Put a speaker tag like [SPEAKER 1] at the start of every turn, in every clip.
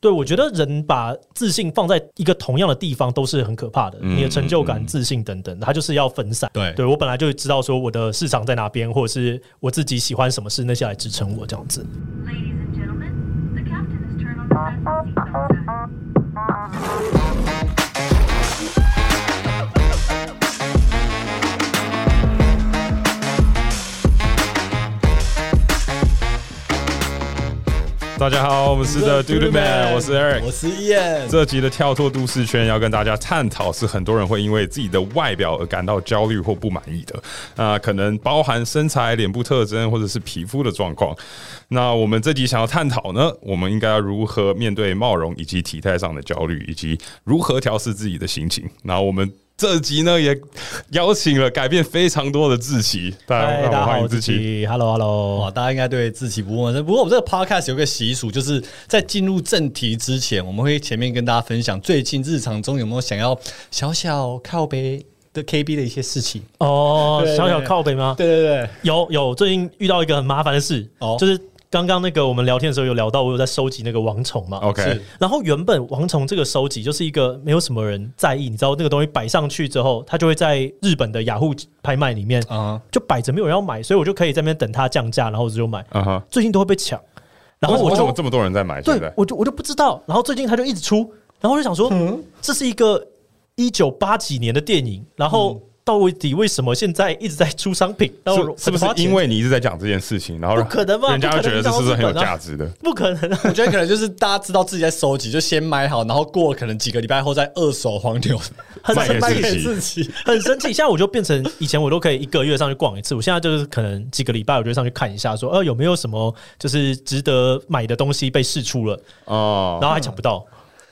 [SPEAKER 1] 对，我觉得人把自信放在一个同样的地方都是很可怕的，
[SPEAKER 2] 嗯
[SPEAKER 1] 你的成就感、
[SPEAKER 2] 嗯嗯
[SPEAKER 1] 自信等等，它就是要分散。
[SPEAKER 3] 对
[SPEAKER 1] 对我本来就知道说我的市场在哪边，或者是我自己喜欢什么事，那些来支撑我这样子。
[SPEAKER 4] Ladies and gentlemen, the captain has turned on the fasten seatbelt sign.
[SPEAKER 2] 大家好，我们是 The Dude Man，我是 Eric
[SPEAKER 3] 我。是燕。
[SPEAKER 2] 这集的跳脱都市圈要跟大家探讨，是很多人会因为自己的外表而感到焦虑或不满意的。那、可能包含身材、脸部特征或者是皮肤的状况。那我们这集想要探讨呢，我们应该要如何面对貌容以及体态上的焦虑，以及如何调试自己的心情。那我们。这集呢也邀请了改变非常多的志奇，大家
[SPEAKER 1] 嗨，大
[SPEAKER 2] 让我
[SPEAKER 1] 家
[SPEAKER 2] 们
[SPEAKER 1] 好，
[SPEAKER 2] 欢
[SPEAKER 1] 我
[SPEAKER 2] 迎
[SPEAKER 1] 自
[SPEAKER 2] 志奇。
[SPEAKER 1] 己，Hello Hello，
[SPEAKER 3] 哇，大家应该对志奇不陌生。不过我们这个 podcast 有个习俗，就是在进入正题之前，我们会前面跟大家分享最近日常中有没有想要小小靠背的 KB 的一些事情。
[SPEAKER 1] 哦，
[SPEAKER 3] 对对
[SPEAKER 1] 小小
[SPEAKER 3] 对
[SPEAKER 1] 靠北吗？
[SPEAKER 3] 对对对，
[SPEAKER 1] 有有，最近遇到一个很麻烦的事，
[SPEAKER 3] 哦
[SPEAKER 1] 就是刚刚那个我们聊天的时候有聊到，我有在收集那个王虫嘛。
[SPEAKER 2] OK，
[SPEAKER 3] 是
[SPEAKER 1] 然后原本王虫这个收集就是一个没有什么人在意，你知道那个东西摆上去之后，它就会在日本的雅虎拍卖里面
[SPEAKER 3] 啊，
[SPEAKER 1] 就摆着没有人要买，所以我就可以在那边等它降价，然后我就买。
[SPEAKER 2] 嗯哼，
[SPEAKER 1] 最近都会被抢，然后
[SPEAKER 2] 为什么
[SPEAKER 1] 我
[SPEAKER 2] 为什么
[SPEAKER 1] 就
[SPEAKER 2] 这么多人在买？现
[SPEAKER 1] 对
[SPEAKER 2] 在
[SPEAKER 1] 我就我就不知道，然后最近它就一直出，然后我就想说，这是一个一九八几年的电影，然后到底为什么现在一直在出商品？然后我
[SPEAKER 2] 是是不是
[SPEAKER 1] 很花钱
[SPEAKER 2] 因为你一直在讲这件事情，然后
[SPEAKER 1] 不可能吧
[SPEAKER 2] 人家
[SPEAKER 1] 不
[SPEAKER 2] 就
[SPEAKER 1] 可能
[SPEAKER 2] 觉得这是不是很有
[SPEAKER 1] 到日本啊
[SPEAKER 2] 价值的？
[SPEAKER 1] 不可能、 啊？
[SPEAKER 3] 我觉得可能就是大家知道自己在收集，就先买好，然后过可能几个礼拜后再二手黄牛
[SPEAKER 1] 很
[SPEAKER 2] 卖给
[SPEAKER 1] 生
[SPEAKER 2] 卖
[SPEAKER 1] 气，
[SPEAKER 2] 给
[SPEAKER 3] 自己。
[SPEAKER 1] 很生气。现在我就变成以前我都可以一个月上去逛一次，我现在就是可能几个礼拜我就上去看一下说呃有没有什么就是值得买的东西被试出了，
[SPEAKER 2] 哦，
[SPEAKER 1] 然后还抢不到，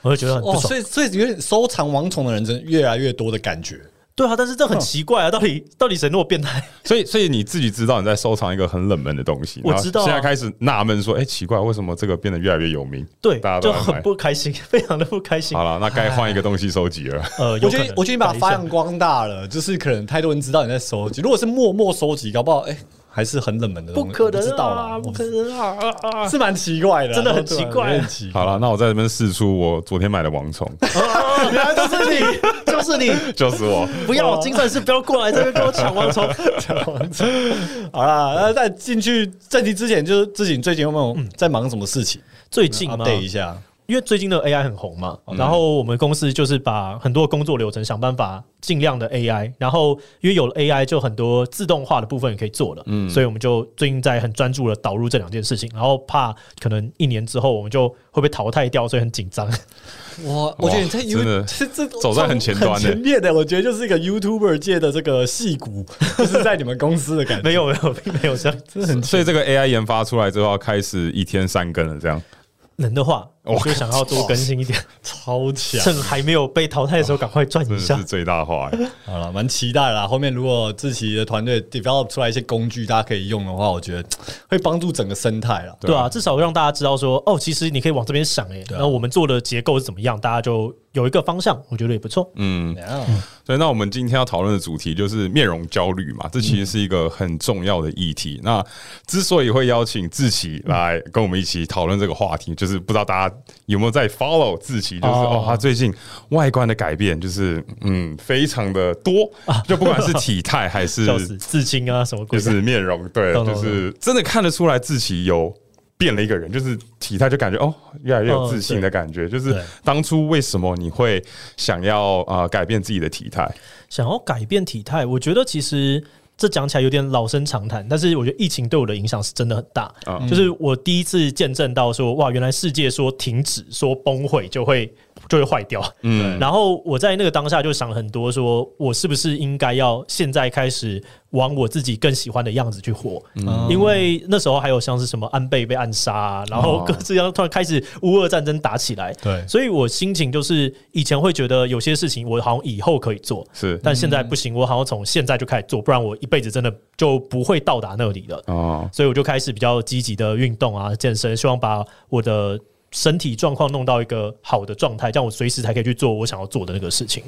[SPEAKER 1] 我就觉得很不
[SPEAKER 3] 哦，
[SPEAKER 1] 爽。
[SPEAKER 3] 所以所以有点收藏王虫的人真的越来越多的感觉。
[SPEAKER 1] 对啊，但是这
[SPEAKER 2] 嗯
[SPEAKER 1] 很奇怪啊，到底到底谁那么变 态？
[SPEAKER 2] 所以所以你自己知道你在收藏一个很冷门的东西，
[SPEAKER 1] 我
[SPEAKER 2] 然后
[SPEAKER 1] 知道啊
[SPEAKER 2] 现在开始纳闷说，哎，奇怪，为什么这个变得越来越有名？
[SPEAKER 1] 对
[SPEAKER 2] 大家，都
[SPEAKER 1] 就
[SPEAKER 2] 在
[SPEAKER 1] 很
[SPEAKER 2] 买。
[SPEAKER 1] 不开心， 非常的不开心
[SPEAKER 2] 好。了，那该换一个东西收集了。
[SPEAKER 1] 呃，有可
[SPEAKER 3] 我觉
[SPEAKER 1] 能
[SPEAKER 3] 得，我觉得你把它发
[SPEAKER 1] 等
[SPEAKER 3] 扬
[SPEAKER 1] 一下
[SPEAKER 3] 光大了，就是可能太多人知道你在收集。如果是默默收集，搞不好哎、还是很冷门的东
[SPEAKER 1] 不
[SPEAKER 3] 西，
[SPEAKER 1] 可能
[SPEAKER 3] 我
[SPEAKER 1] 啊
[SPEAKER 3] 不知道啦，
[SPEAKER 1] 不可能啊 啊！啊
[SPEAKER 3] 我是蛮奇怪的啊，
[SPEAKER 1] 真的很
[SPEAKER 3] 对啊
[SPEAKER 1] 奇怪啊
[SPEAKER 3] 有点奇怪。
[SPEAKER 2] 好了，那我在这边试出我昨天买的 王虫，
[SPEAKER 1] 哦原来就是你， 就是你，
[SPEAKER 2] 就是我。
[SPEAKER 1] 不要精算师，不要过来这边跟我抢王虫。
[SPEAKER 3] 好啦，那在进去正题之前，就是志己最近有没有在忙什么事情
[SPEAKER 1] 最近吗？
[SPEAKER 3] ？update 一下。
[SPEAKER 1] 因为最近的 AI 很红嘛，然后我们公司就是把很多工作流程想办法尽量的 AI，然后因为有了 AI，就很多自动化的部分也可以做了，所以我们就最近在很专注的导入这两件事情，然后怕可能一年之后我们就会被淘汰掉，所以很紧张。
[SPEAKER 3] 哇，我觉得你在
[SPEAKER 2] 真
[SPEAKER 3] You
[SPEAKER 2] 的
[SPEAKER 3] 这这
[SPEAKER 2] 走在很前端呢
[SPEAKER 3] 很
[SPEAKER 1] 欸
[SPEAKER 3] 前面的，我觉得就是一个 YouTuber 界的这个戏骨， 就是在你们公司的感觉。
[SPEAKER 1] 没有没有并没有这样，
[SPEAKER 2] 所以这个 AI 研发出来之后，要开始一天三更了，这样。
[SPEAKER 1] 能的话，我就想要多更新一点，
[SPEAKER 3] 超强，
[SPEAKER 1] 趁还没有被淘汰的时候赶快赚
[SPEAKER 2] 真
[SPEAKER 1] 一
[SPEAKER 2] 的
[SPEAKER 1] 下
[SPEAKER 2] 是。最大化、欸。
[SPEAKER 3] 好了，蛮期待啦。后面如果志奇的团队 develop 出来一些工具，大家可以用的话，我觉得会帮助整个生态啦。
[SPEAKER 1] 对啊，至少让大家知道说，哦，其实你可以往这边想哎、然后我们做的结构是怎么样，大家就有一个方向，我觉得也不错。
[SPEAKER 2] 嗯，所以，那我们今天要讨论的主题就是面容焦虑嘛，这其实是一个很重要的议题。那之所以会邀请志奇来跟我们一起讨论这个话题，就是不知道大家有没有在 follow 志奇，就是哦
[SPEAKER 1] 哦
[SPEAKER 2] 他最近外观的改变，就是嗯，非常的 多，就不管是体态还是
[SPEAKER 1] 笑死，至今啊什么
[SPEAKER 2] 就
[SPEAKER 1] 鬼的？
[SPEAKER 2] 是面容，对，
[SPEAKER 1] 懂懂
[SPEAKER 2] 就是真的看得出来志奇有。变了一个人，就是体态就感觉哦，越来越有
[SPEAKER 1] 哦
[SPEAKER 2] 自信的感觉。就是
[SPEAKER 1] 对
[SPEAKER 2] 当初为什么你会想要呃改变自己的体态？
[SPEAKER 1] 想要改变体态，我觉得其实这讲起来有点老生常谈，但是我觉得疫情对我的影响是真的很大。
[SPEAKER 2] 嗯
[SPEAKER 1] 就是我第一次见证到说，哇，原来世界说停止、说崩溃就会就会坏掉。
[SPEAKER 2] 嗯，
[SPEAKER 1] 然后我在那个当下就想很多，说我是不是应该要现在开始往我自己更喜欢的样子去活？
[SPEAKER 2] 嗯
[SPEAKER 1] 因为那时候还有像是什么安倍被暗杀、啊，然后
[SPEAKER 2] 哦
[SPEAKER 1] 各自要突然开始乌俄战争打起来，
[SPEAKER 3] 对
[SPEAKER 1] 所以我心情就是以前会觉得有些事情我好像以后可以做，
[SPEAKER 2] 是
[SPEAKER 1] 但现在不行，我好像从现在就开始做，不然我一辈子真的就不会到达那里了。
[SPEAKER 2] 哦，
[SPEAKER 1] 所以我就开始比较积极的运动啊，健身，希望把我的身体状况弄到一个好的状态，这样我随时才可以去做我想要做的那个事情。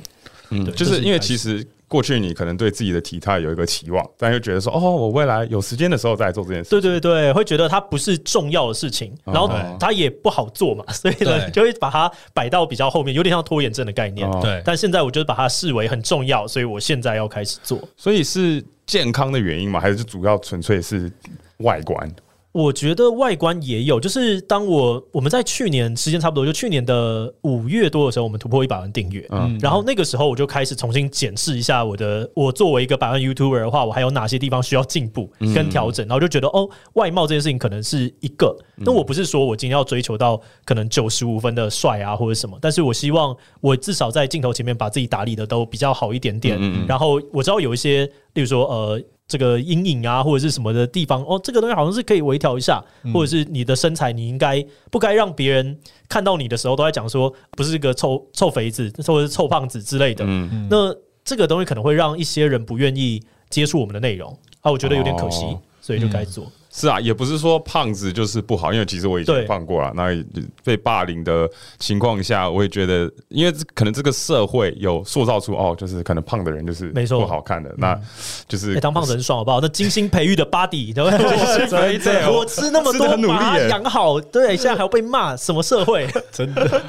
[SPEAKER 1] 嗯，
[SPEAKER 2] 就是因
[SPEAKER 1] 实。
[SPEAKER 2] 为其实过去你可能对自己的体态有一个期望，但又觉得说，哦，我未来有时间的时候再来做这件事。
[SPEAKER 1] 对对对，会觉得它不是重要的事情， 然后
[SPEAKER 2] 哦
[SPEAKER 1] 它也不好做嘛， 所以呢，
[SPEAKER 3] 对
[SPEAKER 1] 你就会把它摆到比较后面，有点像拖延症的概念。
[SPEAKER 2] 哦
[SPEAKER 3] 对
[SPEAKER 1] 但现在我就是把它视为很重要，所以我现在要开始做。
[SPEAKER 2] 所以是健康的原因嘛，还是主要纯粹是外观？
[SPEAKER 1] 我觉得外观也有，就是当我我们在去年时间差不多，就去年的五月多的时候，我们突破一百万订阅，
[SPEAKER 2] 嗯
[SPEAKER 1] 然后那个时候我就开始重新检视一下我的，我作为一个百万 YouTuber 的话，我还有哪些地方需要进步跟调整，然后就觉得哦，外貌这件事情可能是一个，那我不是说我今天要追求到可能九十五分的帅啊或者什么，但是我希望我至少在镜头前面把自己打理的都比较好一点点，然后我知道有一些，例如说呃。这个阴影啊，或者是什么的地方哦，这个东西好像是可以微调一下，
[SPEAKER 2] 嗯
[SPEAKER 1] 或者是你的身材，你应该不该让别人看到你的时候都在讲说不是个臭臭肥子或者是臭胖子之类的。
[SPEAKER 2] 嗯
[SPEAKER 1] 那这个东西可能会让一些人不愿意接触我们的内容啊，我觉得有点可惜，
[SPEAKER 2] 哦
[SPEAKER 1] 所以就该做。
[SPEAKER 2] 是啊，也不是说胖子就是不好，因为其实我以前
[SPEAKER 1] 对
[SPEAKER 2] 胖过了，那被霸凌的情况下，我也觉得，因为这可能这个社会有塑造出哦，就是可能胖的人就是
[SPEAKER 1] 没错
[SPEAKER 2] 不好看的，那就是、
[SPEAKER 1] 哎、当胖子很爽好不好？那精心培育的 body，对不对
[SPEAKER 2] 真的
[SPEAKER 1] 我吃那么
[SPEAKER 2] 吃得
[SPEAKER 1] 多
[SPEAKER 2] 很努，力
[SPEAKER 1] 把它
[SPEAKER 2] 耶
[SPEAKER 1] 养好，对，现在还要被骂，什么社会？
[SPEAKER 3] 真的，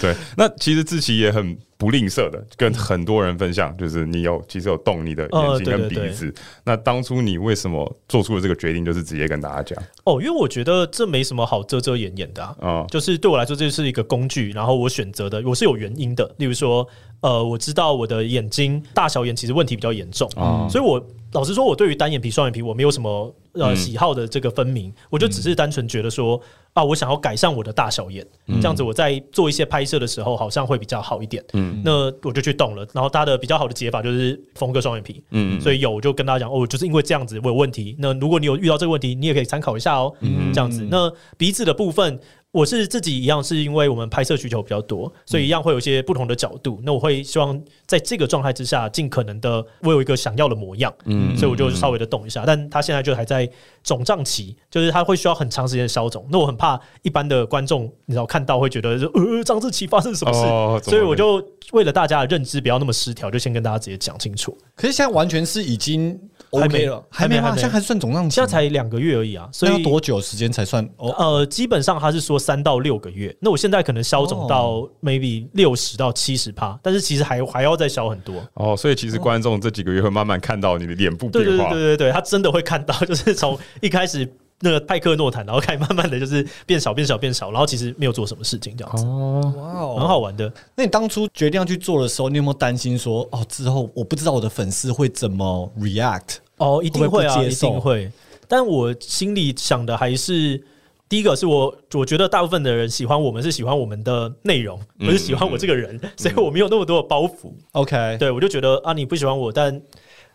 [SPEAKER 2] 对，那其实志奇也很不吝啬的跟很多人分享，就是你有其实有动你的眼
[SPEAKER 1] 呃
[SPEAKER 2] 睛
[SPEAKER 1] 对
[SPEAKER 2] 跟
[SPEAKER 1] 对对
[SPEAKER 2] 鼻子。那当初你为什么做出了这个决定，就是直接跟大家讲
[SPEAKER 1] 哦，因为我觉得这没什么好遮遮掩掩的啊。
[SPEAKER 2] 啊？
[SPEAKER 1] 就是对我来说，这是一个工具，然后我选择的我是有原因的。例如说，呃，我知道我的眼睛大小眼其实问题比较严重，
[SPEAKER 2] 哦
[SPEAKER 1] 所以我老实说，我对于单眼皮、双眼皮我没有什么呃
[SPEAKER 2] 嗯
[SPEAKER 1] 喜好的这个分明，我就只是单纯觉得说啊，我想要改善我的大小眼，这样子我在做一些拍摄的时候好像会比较好一点。
[SPEAKER 2] 嗯
[SPEAKER 1] 那我就去动了，然后它的比较好的解法就是缝个双眼皮，
[SPEAKER 2] 嗯
[SPEAKER 1] 所以有我就跟大家讲，哦，我就是因为这样子我有问题。那如果你有遇到这个问题，你也可以参考一下哦，
[SPEAKER 2] 嗯
[SPEAKER 1] 这样子。那鼻子的部分，我是自己一样，是因为我们拍摄需求比较多，所以一样会有一些不同的角度。那我会希望在这个状态之下，尽可能的我有一个想要的模样，
[SPEAKER 2] 嗯
[SPEAKER 1] 所以我就稍微的动一下。但它现在就还在肿胀期，就是它会需要很长时间的消肿。那我很怕一般的观众，你知道看到会觉得说，呃，张志奇发生什么事？
[SPEAKER 2] 哦怎
[SPEAKER 1] 所
[SPEAKER 2] 么
[SPEAKER 1] 以我
[SPEAKER 2] 了
[SPEAKER 1] 就为了大家的认知不要那么失调，就先跟大家直接讲清楚。
[SPEAKER 3] 可是现在完全是已经
[SPEAKER 1] 还
[SPEAKER 3] OK
[SPEAKER 1] 没
[SPEAKER 3] 了，
[SPEAKER 1] 还没
[SPEAKER 3] 吗？
[SPEAKER 1] 还没
[SPEAKER 3] 现在还算总量级
[SPEAKER 1] 现
[SPEAKER 3] 吗，
[SPEAKER 1] 在才两个月而已啊，所
[SPEAKER 3] 那要
[SPEAKER 1] 以
[SPEAKER 3] 多久时间才算？哦，
[SPEAKER 1] 呃，基本上他是说三到六个月。那我现在可能消肿
[SPEAKER 3] 哦
[SPEAKER 1] 到 maybe 六十到七十趴，但是其实还还要再消很多。
[SPEAKER 2] 哦，所以其实观众这几个月会慢慢看到你的脸部
[SPEAKER 1] 对对
[SPEAKER 2] 变
[SPEAKER 1] 对
[SPEAKER 2] 化
[SPEAKER 1] 对。对对，他真的会看到， 就是从一开始那个派克诺坦，然后开始慢慢的就是变少变少变少，然后其实没有做什么事情这样子，
[SPEAKER 3] 哇
[SPEAKER 1] 很
[SPEAKER 3] 哦！
[SPEAKER 1] 好玩的。
[SPEAKER 3] 那你当初决定要去做的时候，你有没有担心说，哦，之后我不知道我的粉丝会怎么 react？
[SPEAKER 1] 哦，一定
[SPEAKER 3] 会不会
[SPEAKER 1] 会啊，
[SPEAKER 3] 不接
[SPEAKER 1] 一定
[SPEAKER 3] 受
[SPEAKER 1] 会。但我心里想的还是。第一个是我，我觉得大部分的人喜欢我们是喜欢我们的内容，不
[SPEAKER 3] 嗯
[SPEAKER 1] 是喜欢我这个人，所以我没有那么多的包袱。
[SPEAKER 3] OK
[SPEAKER 1] 对我就觉得啊，你不喜欢我，但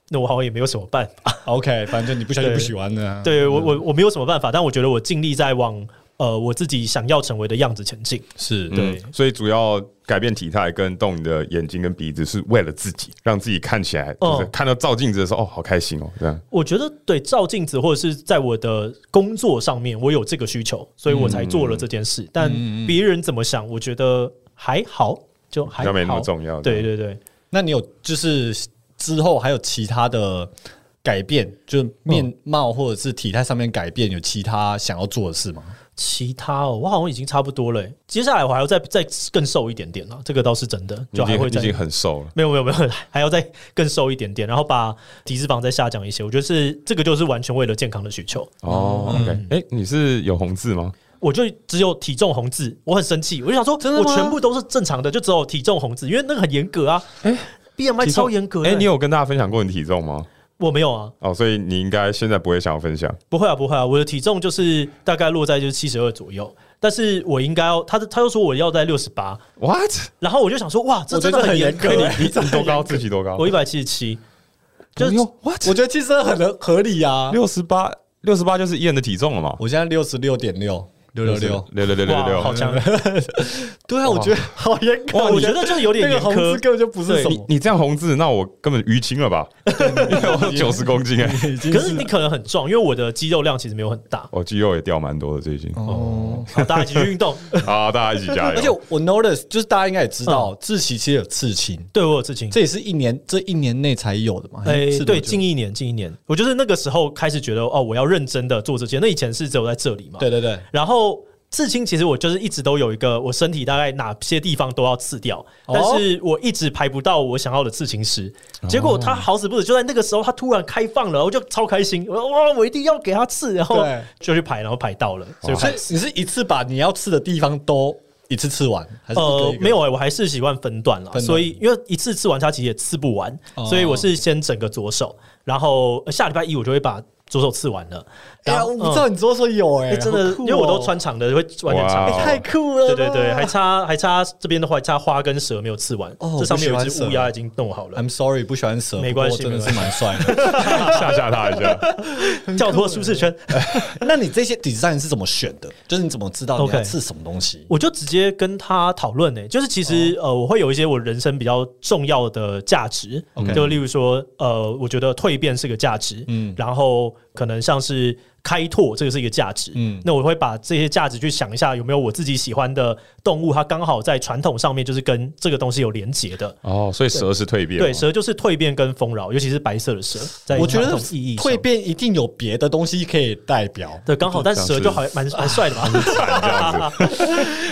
[SPEAKER 1] 那我好像也没有什么办法。
[SPEAKER 3] OK，反正你不喜欢就
[SPEAKER 1] 对
[SPEAKER 3] 不喜欢
[SPEAKER 2] 嗯
[SPEAKER 3] 的。
[SPEAKER 1] 对我我我没有什么办法，但我觉得我尽力在往呃我自己想要成为的样子前进。
[SPEAKER 3] 是，
[SPEAKER 2] 嗯
[SPEAKER 1] 对
[SPEAKER 2] 所以主要改变体态跟动你的眼睛跟鼻子，是为了自己，让自己看起来，就是
[SPEAKER 1] 哦
[SPEAKER 2] 看到照镜子的时候，哦，好开心哦，这样。
[SPEAKER 1] 我觉得对照镜子或者是在我的工作上面，我有这个需求，所以我才做了这件
[SPEAKER 2] 嗯
[SPEAKER 1] 事。但别人怎么想，我觉得还好，就还
[SPEAKER 2] 比较
[SPEAKER 1] 好，
[SPEAKER 2] 没那么重要
[SPEAKER 1] 对对对，
[SPEAKER 3] 那你有就是之后还有其他的改变，就是面貌或者是体态上面改变，有其他想要做的事吗？
[SPEAKER 1] 其他哦，我好像已经差不多了欸。接下来我还要再再更瘦一点点啊了，这个倒是真的，
[SPEAKER 2] 你
[SPEAKER 1] 就
[SPEAKER 2] 已
[SPEAKER 1] 还
[SPEAKER 2] 经
[SPEAKER 1] 会
[SPEAKER 2] 已
[SPEAKER 1] 再
[SPEAKER 2] 经很瘦了。
[SPEAKER 1] 没有没有没有，还要再更瘦一点点，然后把体脂肪再下降一些。我觉得是这个就是完全为了健康的需求。
[SPEAKER 2] 哦，OK，哎、
[SPEAKER 1] 嗯
[SPEAKER 2] 你是有红痣吗？
[SPEAKER 1] 我就只有体重红字，我很生气，我就想说，
[SPEAKER 3] 真的
[SPEAKER 1] 我
[SPEAKER 3] 吗
[SPEAKER 1] 全部都是正常的，就只有体重红字，因为那个很严格啊。BMI
[SPEAKER 2] 体重
[SPEAKER 1] 超严格的、
[SPEAKER 2] 哎、你有跟大家分享过你体重吗？
[SPEAKER 1] 我没有啊，
[SPEAKER 2] 哦，所以你应该现在不会想要分享。
[SPEAKER 1] 不会啊，不会啊，我的体重就是大概落在就是七十二左右，但是我应该要，他他就说我要在六十八，
[SPEAKER 2] What？
[SPEAKER 1] 然后我就想说，哇，这
[SPEAKER 3] 我
[SPEAKER 1] 真
[SPEAKER 3] 觉得
[SPEAKER 1] 的很
[SPEAKER 3] 这很
[SPEAKER 1] 严格、
[SPEAKER 3] 严格
[SPEAKER 1] 欸，
[SPEAKER 2] 你你多高？自己多高？
[SPEAKER 1] 我一百七十七，
[SPEAKER 2] 不
[SPEAKER 1] 就
[SPEAKER 2] 用 What？
[SPEAKER 3] 我觉得其实很合合理啊。
[SPEAKER 2] 六十八，六十八就是 Ian 的体重了嘛？
[SPEAKER 3] 我现在六十六点六，六六六，
[SPEAKER 2] 六六六六
[SPEAKER 1] 哇，
[SPEAKER 2] 六，
[SPEAKER 1] 好强！
[SPEAKER 3] 对啊，我觉得好严格，
[SPEAKER 1] 哇，我觉得这有
[SPEAKER 3] 那
[SPEAKER 1] 点
[SPEAKER 3] 个
[SPEAKER 1] 严
[SPEAKER 3] 红字
[SPEAKER 1] 苛。
[SPEAKER 3] 根本就不是什
[SPEAKER 2] 你
[SPEAKER 3] 么，
[SPEAKER 2] 你这样红字，那我根本淤青了吧？因为我九十公斤哎、
[SPEAKER 3] 已经
[SPEAKER 1] 可是你可能很壮，因为我的肌肉量其实没有很大。
[SPEAKER 2] 我肌肉也掉蛮多的最近。
[SPEAKER 3] 哦。
[SPEAKER 1] 好，大家一起去运 动。
[SPEAKER 2] 好，大家一起加油！
[SPEAKER 3] 而且我 notice 就是大家应该也知道，志奇其实有刺青，
[SPEAKER 1] 对我有事情。
[SPEAKER 3] 这也是一年这一年内才有的嘛？还
[SPEAKER 1] 哎、
[SPEAKER 3] 是刺多
[SPEAKER 1] 对，
[SPEAKER 3] 久
[SPEAKER 1] 近一年，近一年，我就是那个时候开始觉得，哦，我要认真的做这些。那以前是只有在这里嘛，
[SPEAKER 3] 对对对，
[SPEAKER 1] 然后刺青，其实我就是一直都有一个，我身体大概哪些地方都要刺掉，
[SPEAKER 3] 哦
[SPEAKER 1] 但是我一直排不到我想要的刺青师。结果他好死不死，就在那个时候他突然开放了，我就超开心，我说哇，我一定要给他刺，然后
[SPEAKER 3] 对
[SPEAKER 1] 就去排，然后排到了，所以我
[SPEAKER 3] 所
[SPEAKER 1] 排
[SPEAKER 3] 以你是一次把你要刺的地方都一次刺完，还是一个
[SPEAKER 1] 呃
[SPEAKER 3] 一个
[SPEAKER 1] 没有、欸，我还是习惯分段啦，
[SPEAKER 3] 分段哦
[SPEAKER 1] 所以因为一次刺完它其实也刺不完，所以我是先整个左手，然后呃下礼拜一我就会把左手刺完了。
[SPEAKER 3] 哎呀，
[SPEAKER 1] 然后
[SPEAKER 3] 我不知道你左手有哎、
[SPEAKER 1] 哎、真的
[SPEAKER 3] 好，酷哦
[SPEAKER 1] 因为我都穿长的，会完全长
[SPEAKER 2] 哇
[SPEAKER 1] 的。
[SPEAKER 3] 哎太酷了吧，
[SPEAKER 1] 对对对，还差还差这边的话，还差花跟蛇没有刺完。
[SPEAKER 3] 哦
[SPEAKER 1] 这上面有一
[SPEAKER 3] 不喜
[SPEAKER 1] 只
[SPEAKER 3] 欢
[SPEAKER 1] 乌
[SPEAKER 3] 蛇
[SPEAKER 1] 鸦已经弄好了，
[SPEAKER 3] I'm sorry，不喜欢蛇，
[SPEAKER 1] 没关系
[SPEAKER 3] 不过真的是
[SPEAKER 1] 没
[SPEAKER 3] 蛮帅的。
[SPEAKER 2] 吓吓他一下。
[SPEAKER 1] 跳脱舒适
[SPEAKER 3] 欸
[SPEAKER 1] 圈。
[SPEAKER 3] 那你这些 design 是怎么选的？就是你怎么知道你要
[SPEAKER 1] OK
[SPEAKER 3] 刺什么东西？
[SPEAKER 1] 我就直接跟他讨论呢，就是其实、
[SPEAKER 3] 哦
[SPEAKER 1] 呃，我会有一些我人生比较重要的价值
[SPEAKER 3] OK
[SPEAKER 1] 就例如说呃，我觉得蜕变是个价值，嗯，然后可能像是开拓这个是一个价值，嗯
[SPEAKER 3] 嗯，
[SPEAKER 1] 那我会把这些价值去想一下有没有我自己喜欢的动物，它刚好在传统上面就是跟这个东西有连结的。
[SPEAKER 2] 哦，所以蛇是蜕变，
[SPEAKER 1] 对，，蛇就是蜕变跟丰饶，尤其是白色的蛇，在
[SPEAKER 3] 我觉得
[SPEAKER 1] 传统意义上
[SPEAKER 3] 蜕变一定有别的东西可以代表。
[SPEAKER 1] 对，刚好，但
[SPEAKER 2] 这样
[SPEAKER 1] 蛇
[SPEAKER 2] 是
[SPEAKER 1] 就好蛮
[SPEAKER 3] 啊
[SPEAKER 1] 蛮帅的 嘛。
[SPEAKER 2] 惨这样子。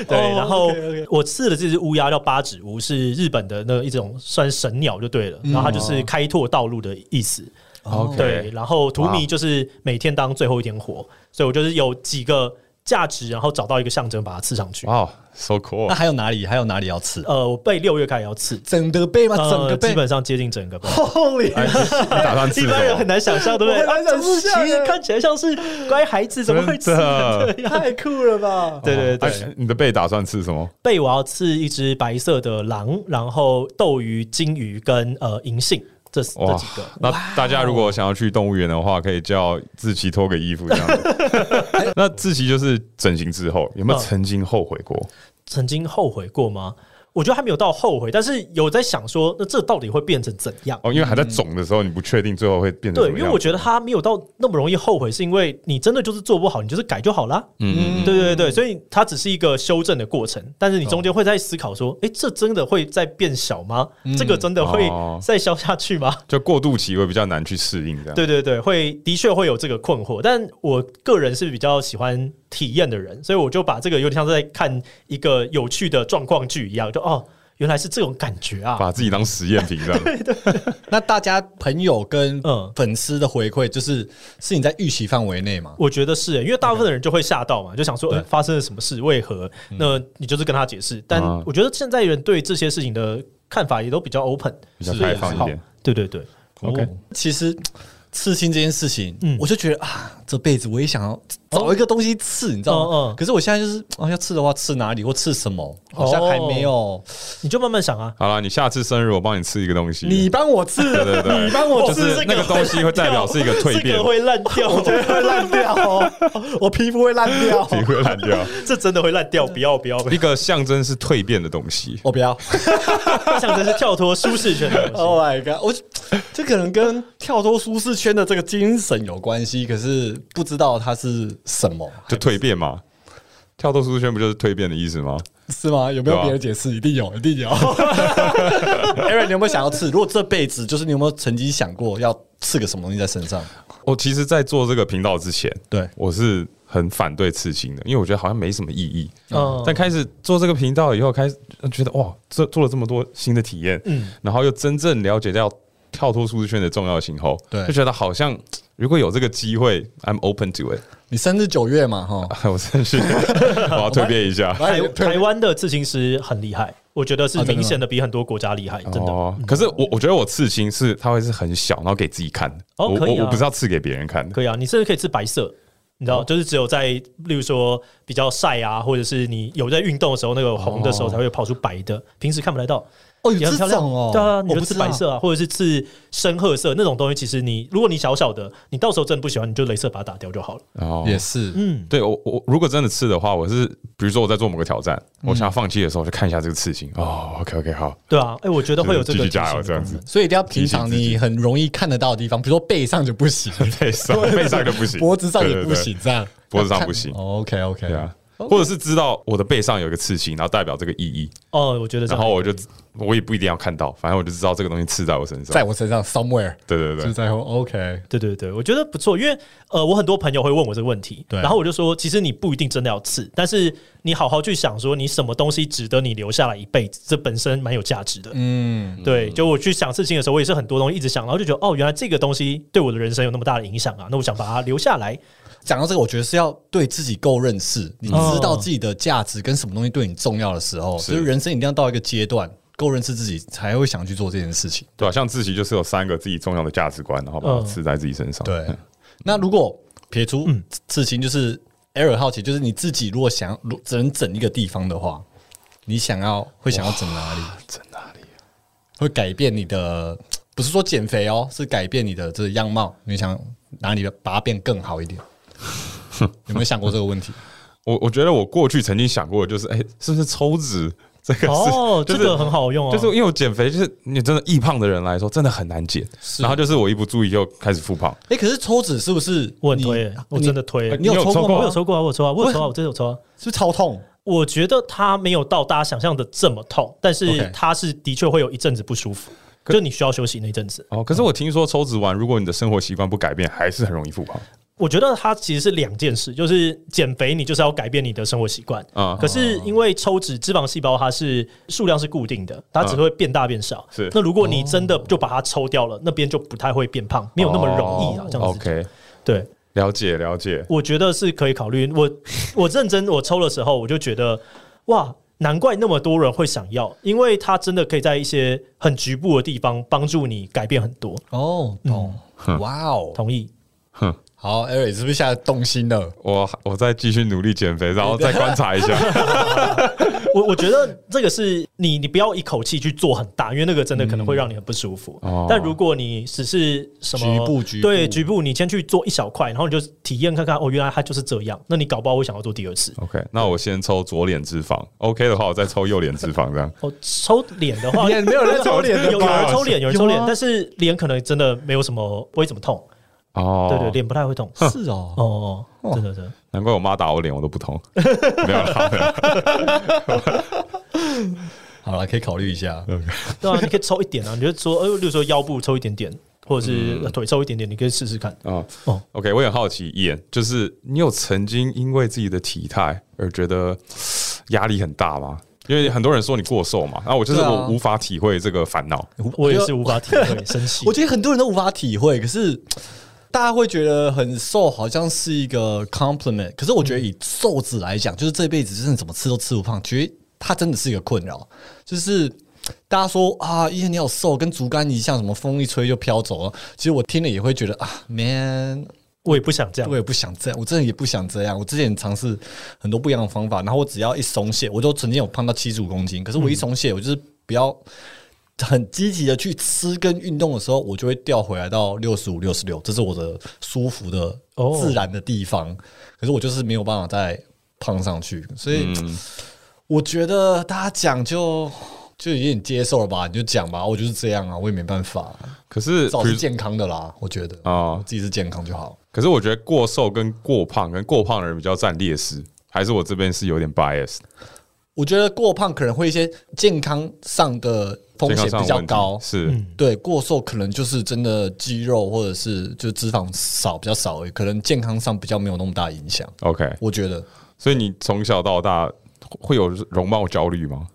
[SPEAKER 1] 对，
[SPEAKER 3] 哦
[SPEAKER 1] 然后
[SPEAKER 3] OK，OK
[SPEAKER 1] 我刺的这只乌鸦叫八指乌，是日本的那一种算神鸟就对了，然后它就是开拓道路的意思。
[SPEAKER 2] OK，
[SPEAKER 1] 对，然后荼
[SPEAKER 2] 哇
[SPEAKER 1] 蘼就是每天当最后一天活，所以我就是有几个价值，然后找到一个象征把它刺上去。
[SPEAKER 2] 哇，so cool！
[SPEAKER 3] 那还有哪里？还有哪里要刺？
[SPEAKER 1] 呃，我背六月开始要刺，
[SPEAKER 3] 整个背吗？整
[SPEAKER 1] 呃，
[SPEAKER 3] 个
[SPEAKER 1] 基
[SPEAKER 3] 背
[SPEAKER 1] 本上接近整个背。
[SPEAKER 3] ，Holy！
[SPEAKER 2] 哎，你打算 吃
[SPEAKER 1] 一
[SPEAKER 2] 什
[SPEAKER 1] 般人很
[SPEAKER 2] 么？
[SPEAKER 1] 难想象，对不 对？
[SPEAKER 3] 我很难
[SPEAKER 1] 啊这
[SPEAKER 3] 想
[SPEAKER 1] 其
[SPEAKER 3] 象
[SPEAKER 1] 实
[SPEAKER 3] 哎
[SPEAKER 1] 看起来像是乖孩子，怎么会刺
[SPEAKER 2] 真的
[SPEAKER 1] 成这样？
[SPEAKER 3] 太酷了吧！哦
[SPEAKER 1] 对对对，
[SPEAKER 2] 哎，你的背打算吃什么？
[SPEAKER 1] 贝我要刺一只白色的狼，然后斗鱼、金鱼跟呃银杏，这四这
[SPEAKER 2] 哇
[SPEAKER 1] 几个。，
[SPEAKER 2] 那大家如果想要去动物园的话，可以叫志奇脱个衣服这样 子。那志奇就是整形之后，有没有
[SPEAKER 1] 嗯
[SPEAKER 2] 曾经后悔过？
[SPEAKER 1] 曾经后悔过吗？我觉得还没有到后悔，但是有在想说，那这到底会变成怎样？
[SPEAKER 2] 哦，因为还在肿的时候，你不确定最后会变成
[SPEAKER 1] 对，
[SPEAKER 2] 什
[SPEAKER 1] 因为
[SPEAKER 2] 么样
[SPEAKER 1] 我。觉得他没有到那么容易后悔，是因为你真的就是做不好，你就是改就好啦。嗯，对对对，所以它只是一个修正的过程，但是你中间会在思考说，
[SPEAKER 2] 嗯
[SPEAKER 1] 诶，这真的会再变小吗？这个真的会
[SPEAKER 2] 哦
[SPEAKER 1] 再消下去吗？
[SPEAKER 2] 就过渡期会比较难去适应这样。
[SPEAKER 1] 对对对，会的确会有这个困惑，但我个人是比较喜欢体验的人，所以我就把这个有点像是在看一个有趣的状况剧一样，就哦，原来是这种感觉啊。
[SPEAKER 2] 把自己当实验品这样。
[SPEAKER 3] 那大家朋友跟
[SPEAKER 1] 嗯
[SPEAKER 3] 粉丝的回馈，就是是你在预期范围内吗？
[SPEAKER 1] 我觉得是耶、因为大部分的人就会吓到嘛，就想说、
[SPEAKER 3] 对
[SPEAKER 1] 呃、发生了什么事，为何？那你就是跟他解释。但
[SPEAKER 2] 啊
[SPEAKER 1] 我觉得现在人对这些事情的看法也都比较 open，
[SPEAKER 2] 比较
[SPEAKER 1] 所以
[SPEAKER 2] 开放一
[SPEAKER 1] 还好
[SPEAKER 2] 点。
[SPEAKER 1] 对对对，
[SPEAKER 2] OK，
[SPEAKER 3] 哦其实刺青这件事情，
[SPEAKER 1] 嗯
[SPEAKER 3] 我就觉得啊，这辈子我也想要找一个东西刺，你知道吗？
[SPEAKER 1] 嗯嗯
[SPEAKER 3] 可是我现在就是啊，要刺的话，刺哪里或刺什么，好像还没有。
[SPEAKER 1] 你就慢慢想啊。
[SPEAKER 2] 好了，你下次生日我帮你吃一个东西。
[SPEAKER 3] 你帮我刺，
[SPEAKER 2] 对对对，
[SPEAKER 3] 你帮我
[SPEAKER 2] 就是
[SPEAKER 3] 刺，
[SPEAKER 2] 那个东西会代表是一个蜕
[SPEAKER 1] 这
[SPEAKER 2] 变
[SPEAKER 1] 个，会烂掉，我觉得
[SPEAKER 3] 会烂掉哦， 我皮肤会烂掉。
[SPEAKER 2] 你会烂掉。
[SPEAKER 1] 这真的会烂掉，不要不要，不要
[SPEAKER 2] 一个象征是蜕变的东西，
[SPEAKER 3] 我不要
[SPEAKER 1] 象征是跳脱舒适圈的东西。
[SPEAKER 3] ，Oh my god！我这可能跟跳脱舒适圈的这个精神有关系，可是不知道它是什么，
[SPEAKER 2] 就蜕变嘛。跳脱舒适圈不就是蜕变的意思吗？
[SPEAKER 3] 是吗？有没
[SPEAKER 2] 对
[SPEAKER 3] 有
[SPEAKER 2] 啊
[SPEAKER 3] 别的解释？一定有，一定有。Aaron，你有没有想要刺？如果这辈子就是你有没有曾经想过要刺个什么东西在身上？
[SPEAKER 2] 我其实，在做这个频道之前，
[SPEAKER 3] 对
[SPEAKER 2] 我是很反对刺青的，因为我觉得好像没什么意义。
[SPEAKER 3] 哦
[SPEAKER 1] 嗯
[SPEAKER 2] 但开始做这个频道以后，开始觉得哇，这做了这么多新的体验，
[SPEAKER 1] 嗯
[SPEAKER 2] 然后又真正了解到跳脱舒适圈的重要性后，
[SPEAKER 3] 对
[SPEAKER 2] 就觉得好像如果有这个机会，I'm open to it。
[SPEAKER 3] 你生日九月嘛，哈，
[SPEAKER 2] 我 真是我要蜕变一下。
[SPEAKER 1] 台台湾的刺青师很厉害，我觉得是
[SPEAKER 3] 哎啊真的吗
[SPEAKER 1] 明显的比很多国家厉害，真的。嗯
[SPEAKER 2] 哦，可是我我觉得我刺青是它会是很小，然后给自己看的。
[SPEAKER 1] 哦
[SPEAKER 2] 我
[SPEAKER 1] 可以啊
[SPEAKER 2] 我我不是要刺给别人看的。
[SPEAKER 1] 可以啊，你甚至可以吃白色，你
[SPEAKER 3] 哦
[SPEAKER 1] 知道，就是只有在例如说比较晒啊，或者是你有在运动的时候，那个红的时候才会跑出白的，平时看不太到。
[SPEAKER 3] 哦，有
[SPEAKER 1] 也很
[SPEAKER 3] 哦这
[SPEAKER 1] 漂亮
[SPEAKER 3] 种哦，
[SPEAKER 1] 对啊，你
[SPEAKER 3] 我
[SPEAKER 1] 就
[SPEAKER 3] 不
[SPEAKER 1] 吃
[SPEAKER 3] 知
[SPEAKER 1] 白
[SPEAKER 3] 道。
[SPEAKER 1] 色啊，或者是吃深褐色那种东西，其实你如果你小小的，你到时候真的不喜欢，你就镭射把它打掉就好了。
[SPEAKER 2] 哦
[SPEAKER 3] 也是，
[SPEAKER 1] 嗯，
[SPEAKER 2] 对我我如果真的吃的话，我是比如说我在做某个挑战，我
[SPEAKER 3] 嗯
[SPEAKER 2] 想要放弃的时候，我就看一下这个刺青。哦，OK OK，好，
[SPEAKER 1] 对啊，哎，我觉得会有这
[SPEAKER 2] 继
[SPEAKER 1] 个
[SPEAKER 2] 续加油
[SPEAKER 3] 哦
[SPEAKER 1] 提醒
[SPEAKER 2] 这
[SPEAKER 1] 的
[SPEAKER 2] 样
[SPEAKER 1] 功
[SPEAKER 2] 子
[SPEAKER 1] 能。，
[SPEAKER 3] 所以一定要平常
[SPEAKER 2] 提醒自己
[SPEAKER 3] 你很容易看得到的地方，比如说背上就不 行，
[SPEAKER 2] 背上背上就不行，
[SPEAKER 3] 脖子上
[SPEAKER 2] 对
[SPEAKER 3] 也
[SPEAKER 2] 对
[SPEAKER 3] 不
[SPEAKER 2] 对
[SPEAKER 3] 行，这样
[SPEAKER 2] 脖子上不行
[SPEAKER 3] OK OK，
[SPEAKER 2] 对啊。或者是知道我的背上有一个刺青，然后代表这个意义，
[SPEAKER 1] 哦，我觉得这
[SPEAKER 2] 然
[SPEAKER 1] 样
[SPEAKER 2] 后我就我也不一定要看到，反正我就知道这个东西刺在我身上。
[SPEAKER 3] 在我身上 somewhere
[SPEAKER 2] 对对
[SPEAKER 3] 就
[SPEAKER 2] 对，
[SPEAKER 3] 在后 OK，
[SPEAKER 1] 对对对，我觉得不错，因为呃，我很多朋友会问我这个问题，
[SPEAKER 3] 对啊
[SPEAKER 1] 然后我就说，其实你不一定真的要刺，但是你好好去想，说你什么东西值得你留下来一辈子，这本身蛮有价值的。
[SPEAKER 3] 嗯，
[SPEAKER 1] 对，就我去想事情的时候，我也是很多东西一直想，然后就觉得哦，原来这个东西对我的人生有那么大的影响啊，那我想把它留下 来。
[SPEAKER 3] 讲到这个，我觉得是要对自己够认识，你知道
[SPEAKER 1] 哦
[SPEAKER 3] 自己的价值跟什么东西对你重要的时候，
[SPEAKER 2] 是
[SPEAKER 3] 所以人生一定要到一个阶段，够认识自己，才会想去做这件事情。
[SPEAKER 2] 对啊，像自己就是有三个自己重要的价值观，然后把它
[SPEAKER 1] 嗯
[SPEAKER 2] 刺在自己身上。
[SPEAKER 3] 对，那如果撇除刺青，就是 error 好奇，就是你自己如果想要如只能整一个地方的话，你想要会想要整哪里？
[SPEAKER 2] 在哪里？啊
[SPEAKER 3] 会改变你的，不是说减肥哦，是改变你的这个样貌。你想哪里把它变更好一点？ 有没有想过这 个问题？
[SPEAKER 2] 我我觉得我过去曾经想过，就是哎、是不是抽脂这个是
[SPEAKER 1] 哦，
[SPEAKER 2] 就是
[SPEAKER 1] 这个很好用哦，
[SPEAKER 2] 就是因为我减肥，就是你真的易胖的人来说，真的很难减。然后就是我一不注意就开始复胖，
[SPEAKER 3] 哎、可是抽脂是不是你？
[SPEAKER 1] 我很推
[SPEAKER 3] 你，
[SPEAKER 1] 我真的推，
[SPEAKER 3] 你有
[SPEAKER 2] 你有
[SPEAKER 3] 抽
[SPEAKER 2] 抽
[SPEAKER 3] 过
[SPEAKER 2] 过
[SPEAKER 3] 吗？
[SPEAKER 1] 我有抽过啊，我有抽啊，我有抽啊，我这有抽啊。
[SPEAKER 3] 是不是超痛？
[SPEAKER 1] 我觉得它没有到大家想象的这么痛，但
[SPEAKER 3] OK
[SPEAKER 1] 是它是的确会有一阵子不舒服，就你需要休息那一阵子。
[SPEAKER 2] 哦，可是我听说抽脂完，如果你的生活习惯不改变，还是很容易复胖。
[SPEAKER 1] 我觉得它其实是两件事，就是减肥你就是要改变你的生活习惯
[SPEAKER 2] 嗯
[SPEAKER 1] 可是因为抽脂脂肪细胞它是数量是固定的，它只会变大变少。
[SPEAKER 2] 是
[SPEAKER 1] 那如果你真的就把它抽掉了，那边就不太会变胖，没有那么容易啊，这样子。
[SPEAKER 2] 哦 OK，
[SPEAKER 1] 对，
[SPEAKER 2] 了解了解。
[SPEAKER 1] 我觉得是可以考虑。我 我认真我抽的时候，我就觉得哇，难怪那么多人会想要，因为它真的可以在一些很局部的地方帮助你改变很多。
[SPEAKER 3] 哦，懂。哇哦，
[SPEAKER 1] 同意？
[SPEAKER 2] 哼，
[SPEAKER 3] 好，Eric 是不是现在动心了？
[SPEAKER 2] 我我再继续努力减肥，然后再观察一下。
[SPEAKER 1] 我我觉得这个是你，你不要一口气去做很大，因为那个真的可能会
[SPEAKER 3] 嗯
[SPEAKER 1] 让你很不舒服。
[SPEAKER 2] 哦
[SPEAKER 1] 但如果你只是什么
[SPEAKER 3] 局部局部
[SPEAKER 1] 对局部，你先去做一小块，然后你就体验看看，哦，原来它就是这样，那你搞不好会想要做第二次。
[SPEAKER 2] OK，那我先抽左脸脂肪，OK 的话，我再抽右脸脂肪，这样。
[SPEAKER 1] 哦，抽脸的 话，
[SPEAKER 3] 脸没有人在抽脸的吧
[SPEAKER 1] 有有人抽脸，有人抽脸
[SPEAKER 3] 有啊，
[SPEAKER 1] 但是脸可能真的没有什么，不会怎么痛。
[SPEAKER 2] 哦，
[SPEAKER 1] 对对，脸不太会痛。
[SPEAKER 3] 是哦，
[SPEAKER 1] 哦，对对对，
[SPEAKER 2] 难怪我妈打我脸，我都 不痛。没有啦，没有啦
[SPEAKER 3] 好了，可以考虑一下。
[SPEAKER 1] 对啊，你可以抽一点啊，你就说，呃，例如说腰部抽一点点，或者
[SPEAKER 3] 嗯
[SPEAKER 1] 是呃腿抽一点点，你可以试试看。
[SPEAKER 3] 呃
[SPEAKER 2] 啊、
[SPEAKER 1] 哦
[SPEAKER 2] o k 我也很好奇，演就是你有曾经因为自己的体态而觉得嘶压力很大吗？因为很多人说你过瘦嘛，然、后我就是
[SPEAKER 3] 对啊
[SPEAKER 2] 我无法体会这个烦恼。
[SPEAKER 1] 我也是无法体会，生气
[SPEAKER 3] 我。觉得很多人都无法体会，可是大家会觉得很瘦好像是一个 compliment，可是我觉得以瘦子来
[SPEAKER 1] 嗯
[SPEAKER 3] 讲，就是这辈子真的怎么吃都吃不胖，觉得它真的是一个困扰，就是。大家说啊，因为你好瘦，跟竹竿一样，什么风一吹就飘走了。其实我听了也会觉得啊，man，
[SPEAKER 1] 我也不想这样
[SPEAKER 3] 我。也不想这样，我真的也不想这样。我之前尝试很多不一样的方法，然后我只要一松懈，我就曾经有胖到七十五公斤，可
[SPEAKER 2] 嗯
[SPEAKER 3] 是我一松懈，我就是不要很积极的去吃跟运动的时候，我就会掉回来到六十五、六十六，这是我的舒服的、
[SPEAKER 1] 哦
[SPEAKER 3] 自然的地方。可是我就是没有办法再胖上去，所以、
[SPEAKER 2] 嗯
[SPEAKER 3] 我觉得大家讲就。就有点接受了吧，你就讲吧，我就是这样啊，我也没办法，
[SPEAKER 2] 可是，
[SPEAKER 3] 至少
[SPEAKER 2] 比
[SPEAKER 3] 是
[SPEAKER 2] 如
[SPEAKER 3] 健康的啦，我觉得
[SPEAKER 2] 哦
[SPEAKER 3] 我自己是健康就好。
[SPEAKER 2] 可是我觉得过瘦跟过胖跟过胖的人比较占劣势，还是我这边是有点 bias
[SPEAKER 3] 我觉得过胖可能会一些健康上的风险比较高，嗯
[SPEAKER 2] 是、
[SPEAKER 3] 对过瘦可能就是真的肌肉或者是就脂肪少比较少而已，可能健康上比较没有那么大影响。
[SPEAKER 2] OK。
[SPEAKER 3] 我觉得，
[SPEAKER 2] 所以你从小到大会有容貌焦虑吗？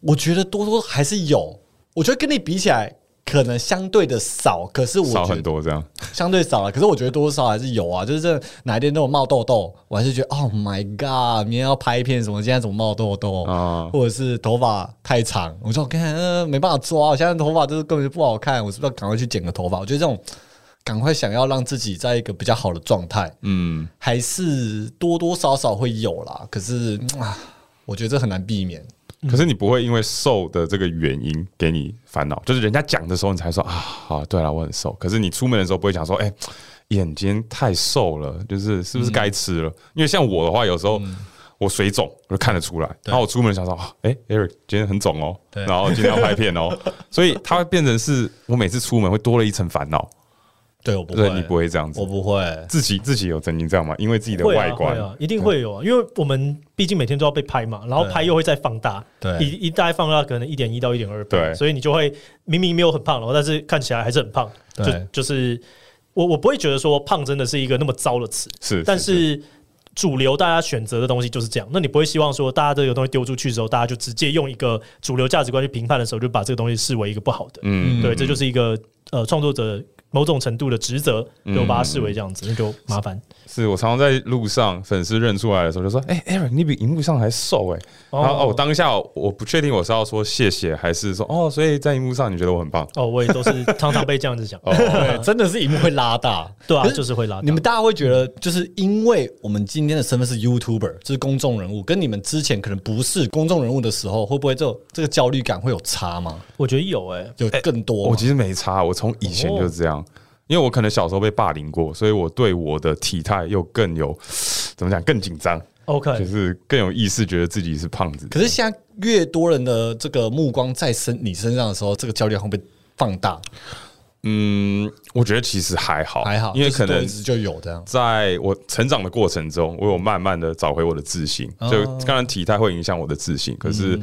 [SPEAKER 3] 我觉得多多还是有，我觉得跟你比起来，可能相对的少，可是我
[SPEAKER 2] 少
[SPEAKER 3] 觉
[SPEAKER 2] 很
[SPEAKER 3] 得
[SPEAKER 2] 多这样。
[SPEAKER 3] 相对少了，可是我觉得多多少少还是有啊，就是真的哪一天都有冒痘痘，我还是觉得 Oh my God，明天要拍片什么，现在怎么冒痘痘
[SPEAKER 2] 啊
[SPEAKER 3] 或者是头发太长，我说我看、呃、没办法抓，我现在头发就是根本就不好看，我是不是要赶快去剪个头发？我觉得这种赶快想要让自己在一个比较好的状态，
[SPEAKER 2] 嗯，
[SPEAKER 3] 还是多多少少会有啦，可是嗯啊，我觉得这很难避免。
[SPEAKER 2] 可是你不会因为瘦的这个原因给你烦恼，就是人家讲的时候你才说啊，好，对了，我很瘦。可是你出门的时候不会想说，哎、眼睛太瘦了，就是是不是该吃
[SPEAKER 3] 嗯
[SPEAKER 2] 了？因为像我的话，有时候。我水肿，我就看得出来。然后我出门想说，啊哎、e r i c 今天很肿哦，
[SPEAKER 3] 对
[SPEAKER 2] 然后今天要拍片 哦，所以它会变成是我每次出门会多了一层烦恼。
[SPEAKER 3] 对我不
[SPEAKER 2] 对
[SPEAKER 3] 会，
[SPEAKER 2] 你不会这哦样子
[SPEAKER 3] 我，不会。
[SPEAKER 2] 自己自己有曾经这样吗？因为自己的
[SPEAKER 1] 会啊
[SPEAKER 2] 外观
[SPEAKER 1] 会，啊，一定会有啊，因为我们毕竟每天都要被拍嘛，然后拍又会再放大，
[SPEAKER 3] 对
[SPEAKER 1] 一一大概放大可能一点一到一点二倍，
[SPEAKER 2] 对
[SPEAKER 1] 所以你就会明明没有很胖，然后但是看起来还是很胖，就
[SPEAKER 3] 对
[SPEAKER 1] 就是我我不会觉得说胖真的是一个那么糟的词，
[SPEAKER 2] 是
[SPEAKER 1] 但是。主流大家选择的东西就是这样，那你不会希望说大家这个东西丢出去之后，大家就直接用一个主流价值观去评判的时候，就把这个东西视为一个不好的，
[SPEAKER 2] 嗯
[SPEAKER 1] 对，这就是一个呃创作者某种程度的职责，
[SPEAKER 2] 嗯
[SPEAKER 1] 就把它视为这样子，那就麻烦。
[SPEAKER 2] 是我常常在路上，粉丝认出来的时候就说：“哎、a a r o n 你比荧幕上还瘦哎、然后哦，当下我不确定我是要说谢谢，还是说哦，所以在荧幕上你觉得我很棒
[SPEAKER 1] 哦，我也都是常常被这样子讲，
[SPEAKER 3] 对，真的是荧幕会拉大，
[SPEAKER 1] 对啊
[SPEAKER 3] 可
[SPEAKER 1] 就是会拉大
[SPEAKER 3] 你们大家会觉得，就是因为我们今天的身份是 YouTuber，就是公众人物，跟你们之前可能不是公众人物的时候，会不会就这个焦虑感会有差吗？
[SPEAKER 1] 我觉得有哎、
[SPEAKER 3] 有更多吗？
[SPEAKER 2] 我其实没差，我从以前就这样，因为我可能小时候被霸凌过，所以我对我的体态又更有怎么讲更紧张，就
[SPEAKER 1] OK，
[SPEAKER 2] 是更有意识，觉得自己是胖子。
[SPEAKER 3] 可是现在越多人的这个目光在身你身上的时候，这个焦虑感会被放大，
[SPEAKER 2] 嗯，我觉得其实还好，
[SPEAKER 3] 还好，
[SPEAKER 2] 哦因为
[SPEAKER 3] 就是
[SPEAKER 2] 可
[SPEAKER 3] 多
[SPEAKER 2] 能
[SPEAKER 3] 一直就有这样。
[SPEAKER 2] 在我成长的过程中，我有慢慢的找回我的自信。就当然体态会影响我的自信，可是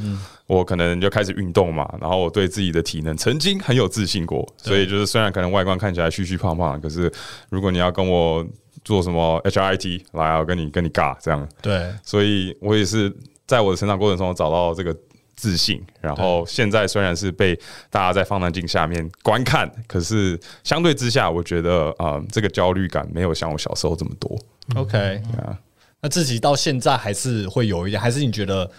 [SPEAKER 2] 我可能就开始运动嘛，然后我对自己的体能曾经很有自信过，所以就是虽然可能外观看起来虚虚胖胖的，可是如果你要跟我做什么 HIT，来啊，我跟你跟你尬这样，
[SPEAKER 3] 对，
[SPEAKER 2] 所以我也是在我的成长过程中找到这个自信。然后现在虽然是被大家在放大镜下面观看，可是相对之下，我觉得啊、呃这个焦虑感没有像我小时候这么多。
[SPEAKER 3] OK，、那
[SPEAKER 2] 嗯
[SPEAKER 3] 自己到现在还是会有一点，还是你觉得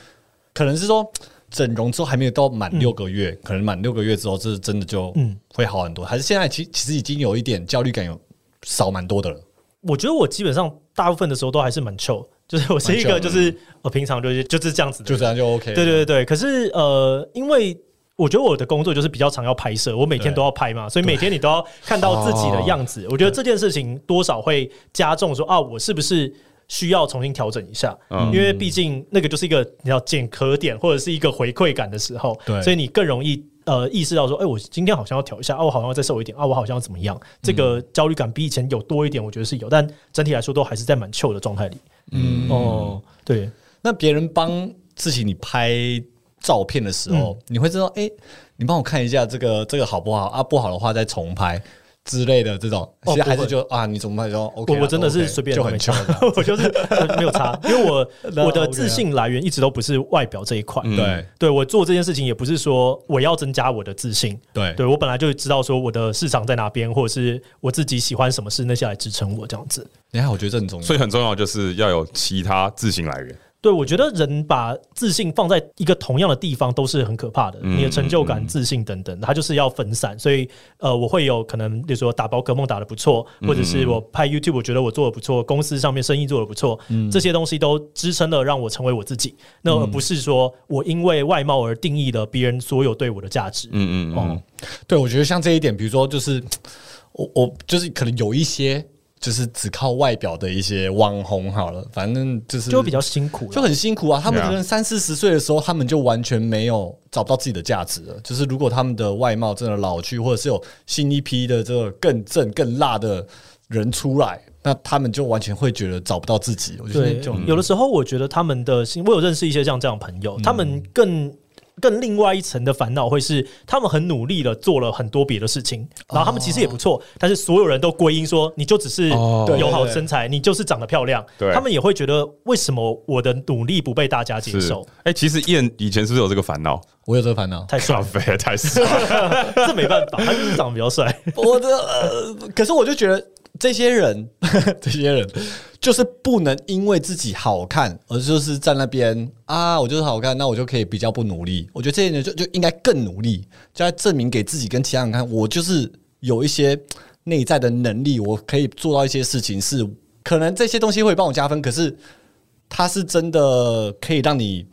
[SPEAKER 3] 可能是说整容之后还没有到满六个月，
[SPEAKER 2] 嗯
[SPEAKER 3] 可能满六个月之后，这真的就会好很多，还是现在其其实已经有一点焦虑感有少蛮多的了。
[SPEAKER 1] 我觉得我基本上大部分的时候都还是蛮臭，就是我是一个
[SPEAKER 3] 蛮臭
[SPEAKER 1] 就是我平常就是就是这样子的
[SPEAKER 3] 就
[SPEAKER 1] 人，
[SPEAKER 3] 这样就 OK，
[SPEAKER 1] 对对对对。可是呃，因为我觉得我的工作就是比较常要拍摄，我每天
[SPEAKER 3] 对哦
[SPEAKER 1] 都要拍嘛，所以每天你都要看到自己的样子。我觉得这件事情多少会加重说啊，我是不是？需要重新调整一下，
[SPEAKER 3] 嗯
[SPEAKER 1] 因为毕竟那个就是一个你要检壳点或者是一个回馈感的时候，
[SPEAKER 3] 对
[SPEAKER 1] 所以你更容易呃意识到说，哎、我今天好像要调一下，啊，我好像要再瘦一点，啊，我好像要怎么样，这个焦虑感比以前有多一点，我觉得是有，但整体来说都还是在蛮 chill 的状态里。嗯，哦，对，
[SPEAKER 3] 那别人帮自己你拍照片的时
[SPEAKER 1] 嗯
[SPEAKER 3] 候，你会知道，哎、你帮我看一下这个这个好不好啊？不好的话再重拍之类的这种，
[SPEAKER 1] 哦
[SPEAKER 3] 其实还
[SPEAKER 1] 不
[SPEAKER 3] 是
[SPEAKER 1] 会
[SPEAKER 3] 就、啊，你怎么拍就 OK，
[SPEAKER 1] 我
[SPEAKER 3] 啊
[SPEAKER 1] 我真的
[SPEAKER 3] 都
[SPEAKER 1] 是
[SPEAKER 3] OK，
[SPEAKER 1] 随便
[SPEAKER 3] 就很
[SPEAKER 1] 没差
[SPEAKER 3] 穷。
[SPEAKER 1] 我就是没有差，因为我
[SPEAKER 3] 那
[SPEAKER 1] 我的
[SPEAKER 3] OK 啊
[SPEAKER 1] 自信来源一直都不是外表这一块，
[SPEAKER 2] 嗯
[SPEAKER 3] 对
[SPEAKER 1] 对我做这件事情也不是说我要增加我的自信，
[SPEAKER 3] 对
[SPEAKER 1] 对我本来就知道说我的市场在哪边，或者是我自己喜欢什么事，那些来支撑我这样子。
[SPEAKER 3] 你看，我觉得这很重要。
[SPEAKER 2] 所以很重要就是要有其他自信来源。
[SPEAKER 1] 对，我觉得人把自信放在一个同样的地方都是很可怕的，你的成就感、自信等等，它就是要分散。所以，呃，我会有可能，比如说打宝可梦打得不错，或者是我拍 YouTube，我觉得我做的不错，公司上面生意做得不错，这些东西都支撑了让我成为我自己，那而不是说我因为外貌而定义了别人所有对我的价值。
[SPEAKER 2] 嗯嗯嗯，
[SPEAKER 3] 对，我觉得像这一点，比如说就是我我就是可能有一些就是只靠外表的一些网红好了，反正就是
[SPEAKER 1] 就会比较辛苦啦，
[SPEAKER 3] 就很辛苦啊。他们
[SPEAKER 2] Yeah
[SPEAKER 3] 可能三四十岁的时候，他们就完全没有找不到自己的价值了。就是如果他们的外貌真的老去，或者是有新一批的这个更正更辣的人出来，那他们就完全会觉得找不到自己。我觉得
[SPEAKER 1] 对，
[SPEAKER 3] 就
[SPEAKER 1] 有的时候我觉得他们的心，我有认识一些像这样的朋友，他们更。更另外一层的烦恼会是，他们很努力的做了很多别的事情，然后他们其实也不错，但是所有人都归因说，你就只是
[SPEAKER 2] 哦对
[SPEAKER 1] 有好
[SPEAKER 3] 对对
[SPEAKER 1] 身材，你就是长得漂亮
[SPEAKER 2] 对，
[SPEAKER 1] 他们也会觉得为什么我的努力不被大家接
[SPEAKER 2] 是
[SPEAKER 1] 受，。
[SPEAKER 2] 哎、其实燕以前是不是有这个烦恼？
[SPEAKER 3] 我有这个烦恼。
[SPEAKER 1] 太帅
[SPEAKER 2] 咖
[SPEAKER 1] 了，
[SPEAKER 2] 啡太少，
[SPEAKER 1] 这没办法，他就是长得比较帅。
[SPEAKER 3] 我的、呃，可是我就觉得这些人， 这些人就是不能因为自己好看，而就是在那边啊，我就是好看，那我就可以比较不努力。我觉得这些人就就应该更努力，就要证明给自己跟其他人看，我就是有一些内在的能力，我可以做到一些事情是，可能这些东西会帮我加分，可是它是真的可以让你。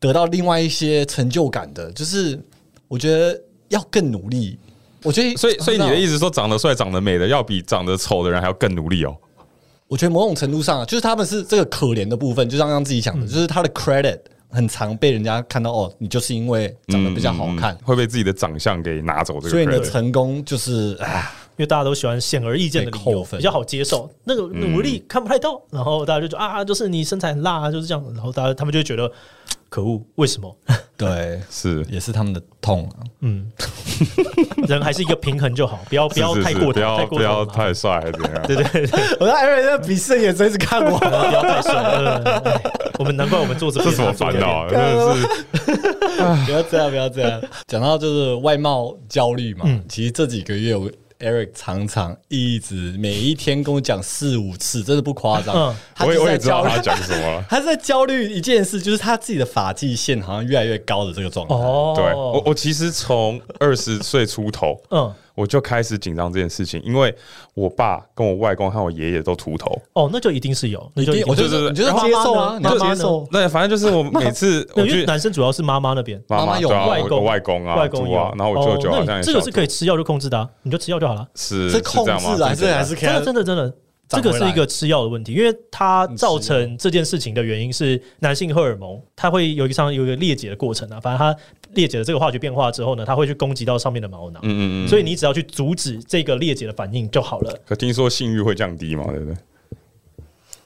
[SPEAKER 3] 得到另外一些成就感的，就是我觉得要更努力。 我觉得，
[SPEAKER 2] 所以，所以你的意
[SPEAKER 3] 思，
[SPEAKER 2] 思说，长得帅、长得美的，要比长得丑的人还要更努力哦？
[SPEAKER 3] 我觉得某种程度上啊，就是他们是这个可怜的部分，就像刚自己讲
[SPEAKER 2] 嗯
[SPEAKER 3] 的，就是他的 credit 很常被人家看到哦，你就是因为长得比较好看
[SPEAKER 2] 嗯，会被自己的长相给拿走这个 credit。
[SPEAKER 3] 所以你的成功就是啊，
[SPEAKER 1] 因为大家都喜欢显而易见的理
[SPEAKER 3] 被
[SPEAKER 1] 由，
[SPEAKER 3] 扣分
[SPEAKER 1] 比较好接受。那个
[SPEAKER 2] 嗯
[SPEAKER 1] 努力看不太到，然后大家就觉得啊，就是你身材很辣啊，就是这样。然后大家他们就会觉得可恶，为什 么？
[SPEAKER 3] 对，
[SPEAKER 2] 是
[SPEAKER 3] 也是他们的痛 啊。
[SPEAKER 1] 人还是一个平衡就好，不要不要
[SPEAKER 2] 是是
[SPEAKER 1] 太
[SPEAKER 2] 是
[SPEAKER 1] 过头，
[SPEAKER 2] 不要
[SPEAKER 1] 太过头
[SPEAKER 2] 不
[SPEAKER 1] 了
[SPEAKER 2] 要
[SPEAKER 1] 嘛
[SPEAKER 2] 太帅，还是怎样？
[SPEAKER 1] 对对对，
[SPEAKER 3] 我在艾瑞在鄙视的眼神一直看我，
[SPEAKER 1] 不要太 帅了。哎我们难怪我们做这
[SPEAKER 2] 这什么烦恼？啊？真的是
[SPEAKER 3] 不要这样，不要这样。讲到就是外貌焦虑嘛，
[SPEAKER 2] 嗯
[SPEAKER 3] 其实这几个月我 Eric 常常一直每一天跟我讲四五次，真的不夸张。
[SPEAKER 1] 嗯
[SPEAKER 3] 他
[SPEAKER 2] 我
[SPEAKER 3] 就是
[SPEAKER 2] 也我也
[SPEAKER 3] 在
[SPEAKER 2] 知道
[SPEAKER 3] 焦虑
[SPEAKER 2] 他，讲什么 了。
[SPEAKER 3] 他是在焦虑一件事，就是他自己的发际线好像越来越高的这个状态。
[SPEAKER 1] 哦，
[SPEAKER 2] 对我，我其实从二十岁出头，
[SPEAKER 1] 嗯，
[SPEAKER 2] 我就开始紧张这件事情，因为我爸跟我外公和我爷爷都秃头。
[SPEAKER 1] 哦，那就一定是有，那
[SPEAKER 3] 你
[SPEAKER 1] 就
[SPEAKER 3] 就
[SPEAKER 1] 一定
[SPEAKER 3] 我
[SPEAKER 1] 是
[SPEAKER 3] 就
[SPEAKER 1] 有
[SPEAKER 2] 对对
[SPEAKER 3] 是
[SPEAKER 2] 对
[SPEAKER 3] 你就是
[SPEAKER 1] 然后
[SPEAKER 3] 接受
[SPEAKER 1] 妈妈呢
[SPEAKER 3] 啊，你就
[SPEAKER 1] 妈妈
[SPEAKER 3] 接
[SPEAKER 1] 呢
[SPEAKER 3] 受。
[SPEAKER 2] 对，反正就是我每次我
[SPEAKER 1] 因为
[SPEAKER 2] 去
[SPEAKER 1] 男生主要是妈妈那边，
[SPEAKER 2] 妈
[SPEAKER 3] 妈
[SPEAKER 2] 妈
[SPEAKER 3] 妈有
[SPEAKER 2] 对啊
[SPEAKER 1] 外
[SPEAKER 2] 我
[SPEAKER 1] 公
[SPEAKER 2] 我外公啊，
[SPEAKER 1] 外公
[SPEAKER 2] 猪
[SPEAKER 1] 有
[SPEAKER 2] 啊，然后我舅舅
[SPEAKER 1] 哦
[SPEAKER 2] 好
[SPEAKER 1] 那
[SPEAKER 2] 像
[SPEAKER 1] 你
[SPEAKER 2] 也
[SPEAKER 1] 这个
[SPEAKER 2] 小
[SPEAKER 1] 是可以吃药就控制的啊，你就吃药就好了。
[SPEAKER 2] 是
[SPEAKER 3] 是
[SPEAKER 2] 是
[SPEAKER 3] 控
[SPEAKER 2] 这样
[SPEAKER 1] 啊
[SPEAKER 2] 吗
[SPEAKER 3] 制还
[SPEAKER 2] 这
[SPEAKER 3] 是
[SPEAKER 2] 样
[SPEAKER 3] 还是可以
[SPEAKER 1] 真的真的真的，这
[SPEAKER 3] 长
[SPEAKER 1] 个
[SPEAKER 3] 回
[SPEAKER 1] 是一
[SPEAKER 3] 来
[SPEAKER 1] 个吃药的问题，因为它
[SPEAKER 3] 药
[SPEAKER 1] 造成这件事情的原因是男性荷尔蒙，它会有一个上有一个裂解的过程啊，反正它裂解的这个化学变化之后呢，它会去攻击到上面的毛囊，
[SPEAKER 2] 嗯嗯嗯。
[SPEAKER 1] 所以你只要去阻止这个裂解的反应就好了，
[SPEAKER 2] 可听说性欲会降低嘛，对不对？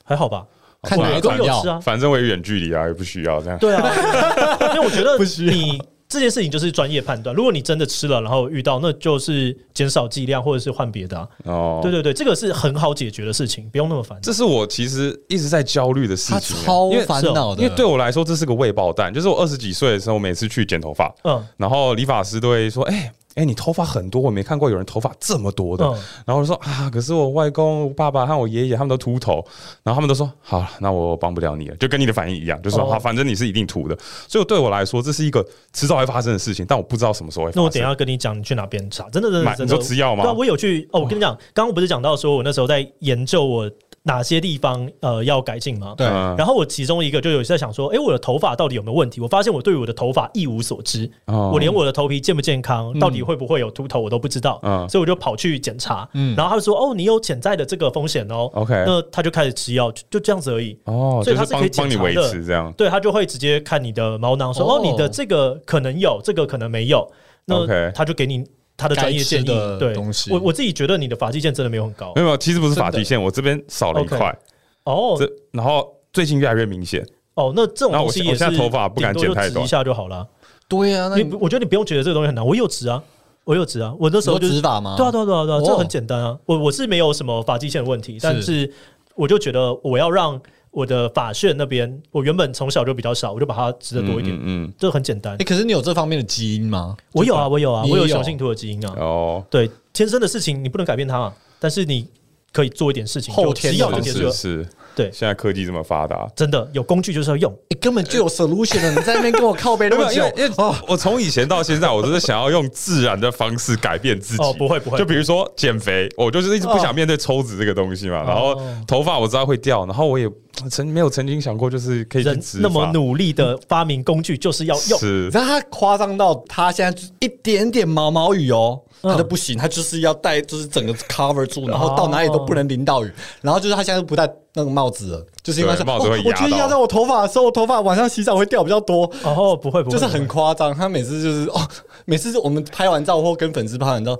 [SPEAKER 1] 还好吧？
[SPEAKER 3] 看
[SPEAKER 1] 我
[SPEAKER 3] 哪
[SPEAKER 1] 我
[SPEAKER 3] 一
[SPEAKER 1] 都
[SPEAKER 3] 种
[SPEAKER 1] 有
[SPEAKER 3] 药
[SPEAKER 1] 吃啊，
[SPEAKER 2] 反正我也远距离啊，也不需要这样。
[SPEAKER 1] 对啊， 因为我觉得
[SPEAKER 3] 不需要
[SPEAKER 1] 你。这件事情就是专业判断。如果你真的吃了，然后遇到，那就是减少剂量，或者是换别的、啊。
[SPEAKER 2] 哦，
[SPEAKER 1] 对对对，这个是很好解决的事情，不用那么烦。
[SPEAKER 2] 这是我其实一直在焦虑的事
[SPEAKER 3] 他
[SPEAKER 2] 情啊，
[SPEAKER 3] 超
[SPEAKER 2] 因为
[SPEAKER 3] 烦恼的，
[SPEAKER 2] 因为对我来说，这是个未爆弹。就是我二十几岁的时候，每次去剪头发，
[SPEAKER 1] 嗯
[SPEAKER 2] 然后理发师都会说：“哎、哎、你头发很多，我没看过有人头发这么多的。
[SPEAKER 1] 嗯
[SPEAKER 2] 然后我就说：“啊，可是我外公、我爸爸和我爷爷他们都秃头。”然后他们都说：“好，那我帮不了你了。”就跟你的反应一样，就说：“
[SPEAKER 1] 哦
[SPEAKER 2] 好、反正你是一定秃的。”所以对我来说，这是一个迟早会发生的事情，但我不知道什么时候会发
[SPEAKER 1] 那
[SPEAKER 2] 生。
[SPEAKER 1] 我等一下跟你讲，你去哪边查？真的真的
[SPEAKER 2] 买
[SPEAKER 1] 真
[SPEAKER 2] 你
[SPEAKER 1] 的。
[SPEAKER 2] 说吃药吗
[SPEAKER 1] 对啊，我有去哦。我跟你讲，刚刚我不是讲到说我那时候在研究我哪些地方呃要改进吗？
[SPEAKER 3] 对啊
[SPEAKER 2] 嗯
[SPEAKER 1] 然后我其中一个就有在想说，诶，我的头发到底有没有问题？我发现我对我的头发一无所知，
[SPEAKER 2] 哦
[SPEAKER 1] 我连我的头皮健不健康，到底会不会有秃头，我都不知道。
[SPEAKER 2] 嗯
[SPEAKER 1] 所以我就跑去检查，然后他就说，哦，你有潜在的这个风险哦。
[SPEAKER 2] OK
[SPEAKER 1] 那他就开始吃药，就就这样子而已。
[SPEAKER 2] 哦，
[SPEAKER 1] 所
[SPEAKER 2] 就
[SPEAKER 1] 以他
[SPEAKER 2] 是
[SPEAKER 1] 是可以
[SPEAKER 2] 帮帮你
[SPEAKER 1] 检查
[SPEAKER 2] 维
[SPEAKER 1] 的哦
[SPEAKER 2] 持这样。
[SPEAKER 1] 对他就会直接看你的毛囊说，哦
[SPEAKER 3] 哦
[SPEAKER 1] 你的这个可能有，这个可能没有，那
[SPEAKER 2] OK
[SPEAKER 1] 他就给你他的专业建议
[SPEAKER 3] 该吃的
[SPEAKER 1] 对
[SPEAKER 3] 东西
[SPEAKER 1] 我我自己觉得你的发际线真的没有很 高
[SPEAKER 2] 没有没有，其实不是发
[SPEAKER 3] 真
[SPEAKER 2] 际
[SPEAKER 3] 的
[SPEAKER 2] 线，我这边少了一
[SPEAKER 1] OK
[SPEAKER 2] 块。
[SPEAKER 1] 哦
[SPEAKER 2] 这然后最近越来越明显，
[SPEAKER 1] 哦，那这种
[SPEAKER 2] 那我
[SPEAKER 1] 东西
[SPEAKER 2] 现
[SPEAKER 1] 也
[SPEAKER 2] 我现
[SPEAKER 1] 是
[SPEAKER 2] 在头发不敢
[SPEAKER 1] 顶多
[SPEAKER 2] 剪太
[SPEAKER 1] 就
[SPEAKER 2] 短
[SPEAKER 1] 植一下就好了。
[SPEAKER 3] 对啊，那
[SPEAKER 1] 你
[SPEAKER 3] 你
[SPEAKER 1] 我觉得你不用觉得这个东西很难，我有植啊，我有植啊，我那时候就
[SPEAKER 3] 你
[SPEAKER 1] 是
[SPEAKER 3] 说植发吗
[SPEAKER 1] 对啊对啊对啊对啊，
[SPEAKER 3] 哦
[SPEAKER 1] 这很简单啊，我我是没有什么发际线的问题，但是我就觉得我要让我的发旋那边，我原本从小就比较少，我就把它植的多一点，
[SPEAKER 2] 嗯
[SPEAKER 1] 这很简单
[SPEAKER 3] 哎，。可是你有这方面的基因吗？
[SPEAKER 1] 我有啊，我有啊，
[SPEAKER 3] 你
[SPEAKER 1] 我有
[SPEAKER 3] 也有
[SPEAKER 1] 雄性秃的基因啊
[SPEAKER 2] 嗯，。哦，
[SPEAKER 1] 对，天生的事情你不能改变它嘛，但是你可以做一点事情，
[SPEAKER 3] 后天
[SPEAKER 1] 就
[SPEAKER 3] 的
[SPEAKER 1] 吃药就解
[SPEAKER 2] 是
[SPEAKER 1] 决了
[SPEAKER 2] 是。是，
[SPEAKER 1] 对
[SPEAKER 2] 现在科技这么发达，
[SPEAKER 1] 真的有工具就是要用，
[SPEAKER 3] 你哎根本就有 solution 了，你在那边跟我靠背那
[SPEAKER 2] 没
[SPEAKER 3] 么
[SPEAKER 2] 有，
[SPEAKER 3] 久
[SPEAKER 2] 因为因为
[SPEAKER 3] 哦，
[SPEAKER 2] 我从以前到现在，我都是想要用自然的方式改变自己。
[SPEAKER 1] 哦不会不会哦
[SPEAKER 2] 就比如说减肥，我就是一直不想面对抽脂这个东西嘛。然后头发我知道会掉，然后我也曾没有曾经想过，就是可以去
[SPEAKER 1] 人
[SPEAKER 2] 植
[SPEAKER 1] 那么
[SPEAKER 2] 发
[SPEAKER 1] 努力的发明工具就是要用。
[SPEAKER 2] 是
[SPEAKER 3] 你知道他夸张到他现在一点点毛毛雨哦，
[SPEAKER 1] 嗯
[SPEAKER 3] 他都不行，他就是要戴就是整个 cover 住，然后到哪里都不能淋到雨，然后就是他现在不戴那个帽子了，就是因为
[SPEAKER 2] 对
[SPEAKER 3] 说
[SPEAKER 2] 帽子
[SPEAKER 3] 哦
[SPEAKER 2] 会
[SPEAKER 3] 我
[SPEAKER 2] 压
[SPEAKER 3] 觉得
[SPEAKER 2] 到
[SPEAKER 3] 压在我头发的时候，我头发晚上洗澡会掉比较多。
[SPEAKER 1] 哦，不会不会，
[SPEAKER 3] 就是很
[SPEAKER 1] 不会
[SPEAKER 3] 夸张，他每次就是哦，每次我们拍完照或跟粉丝拍完照，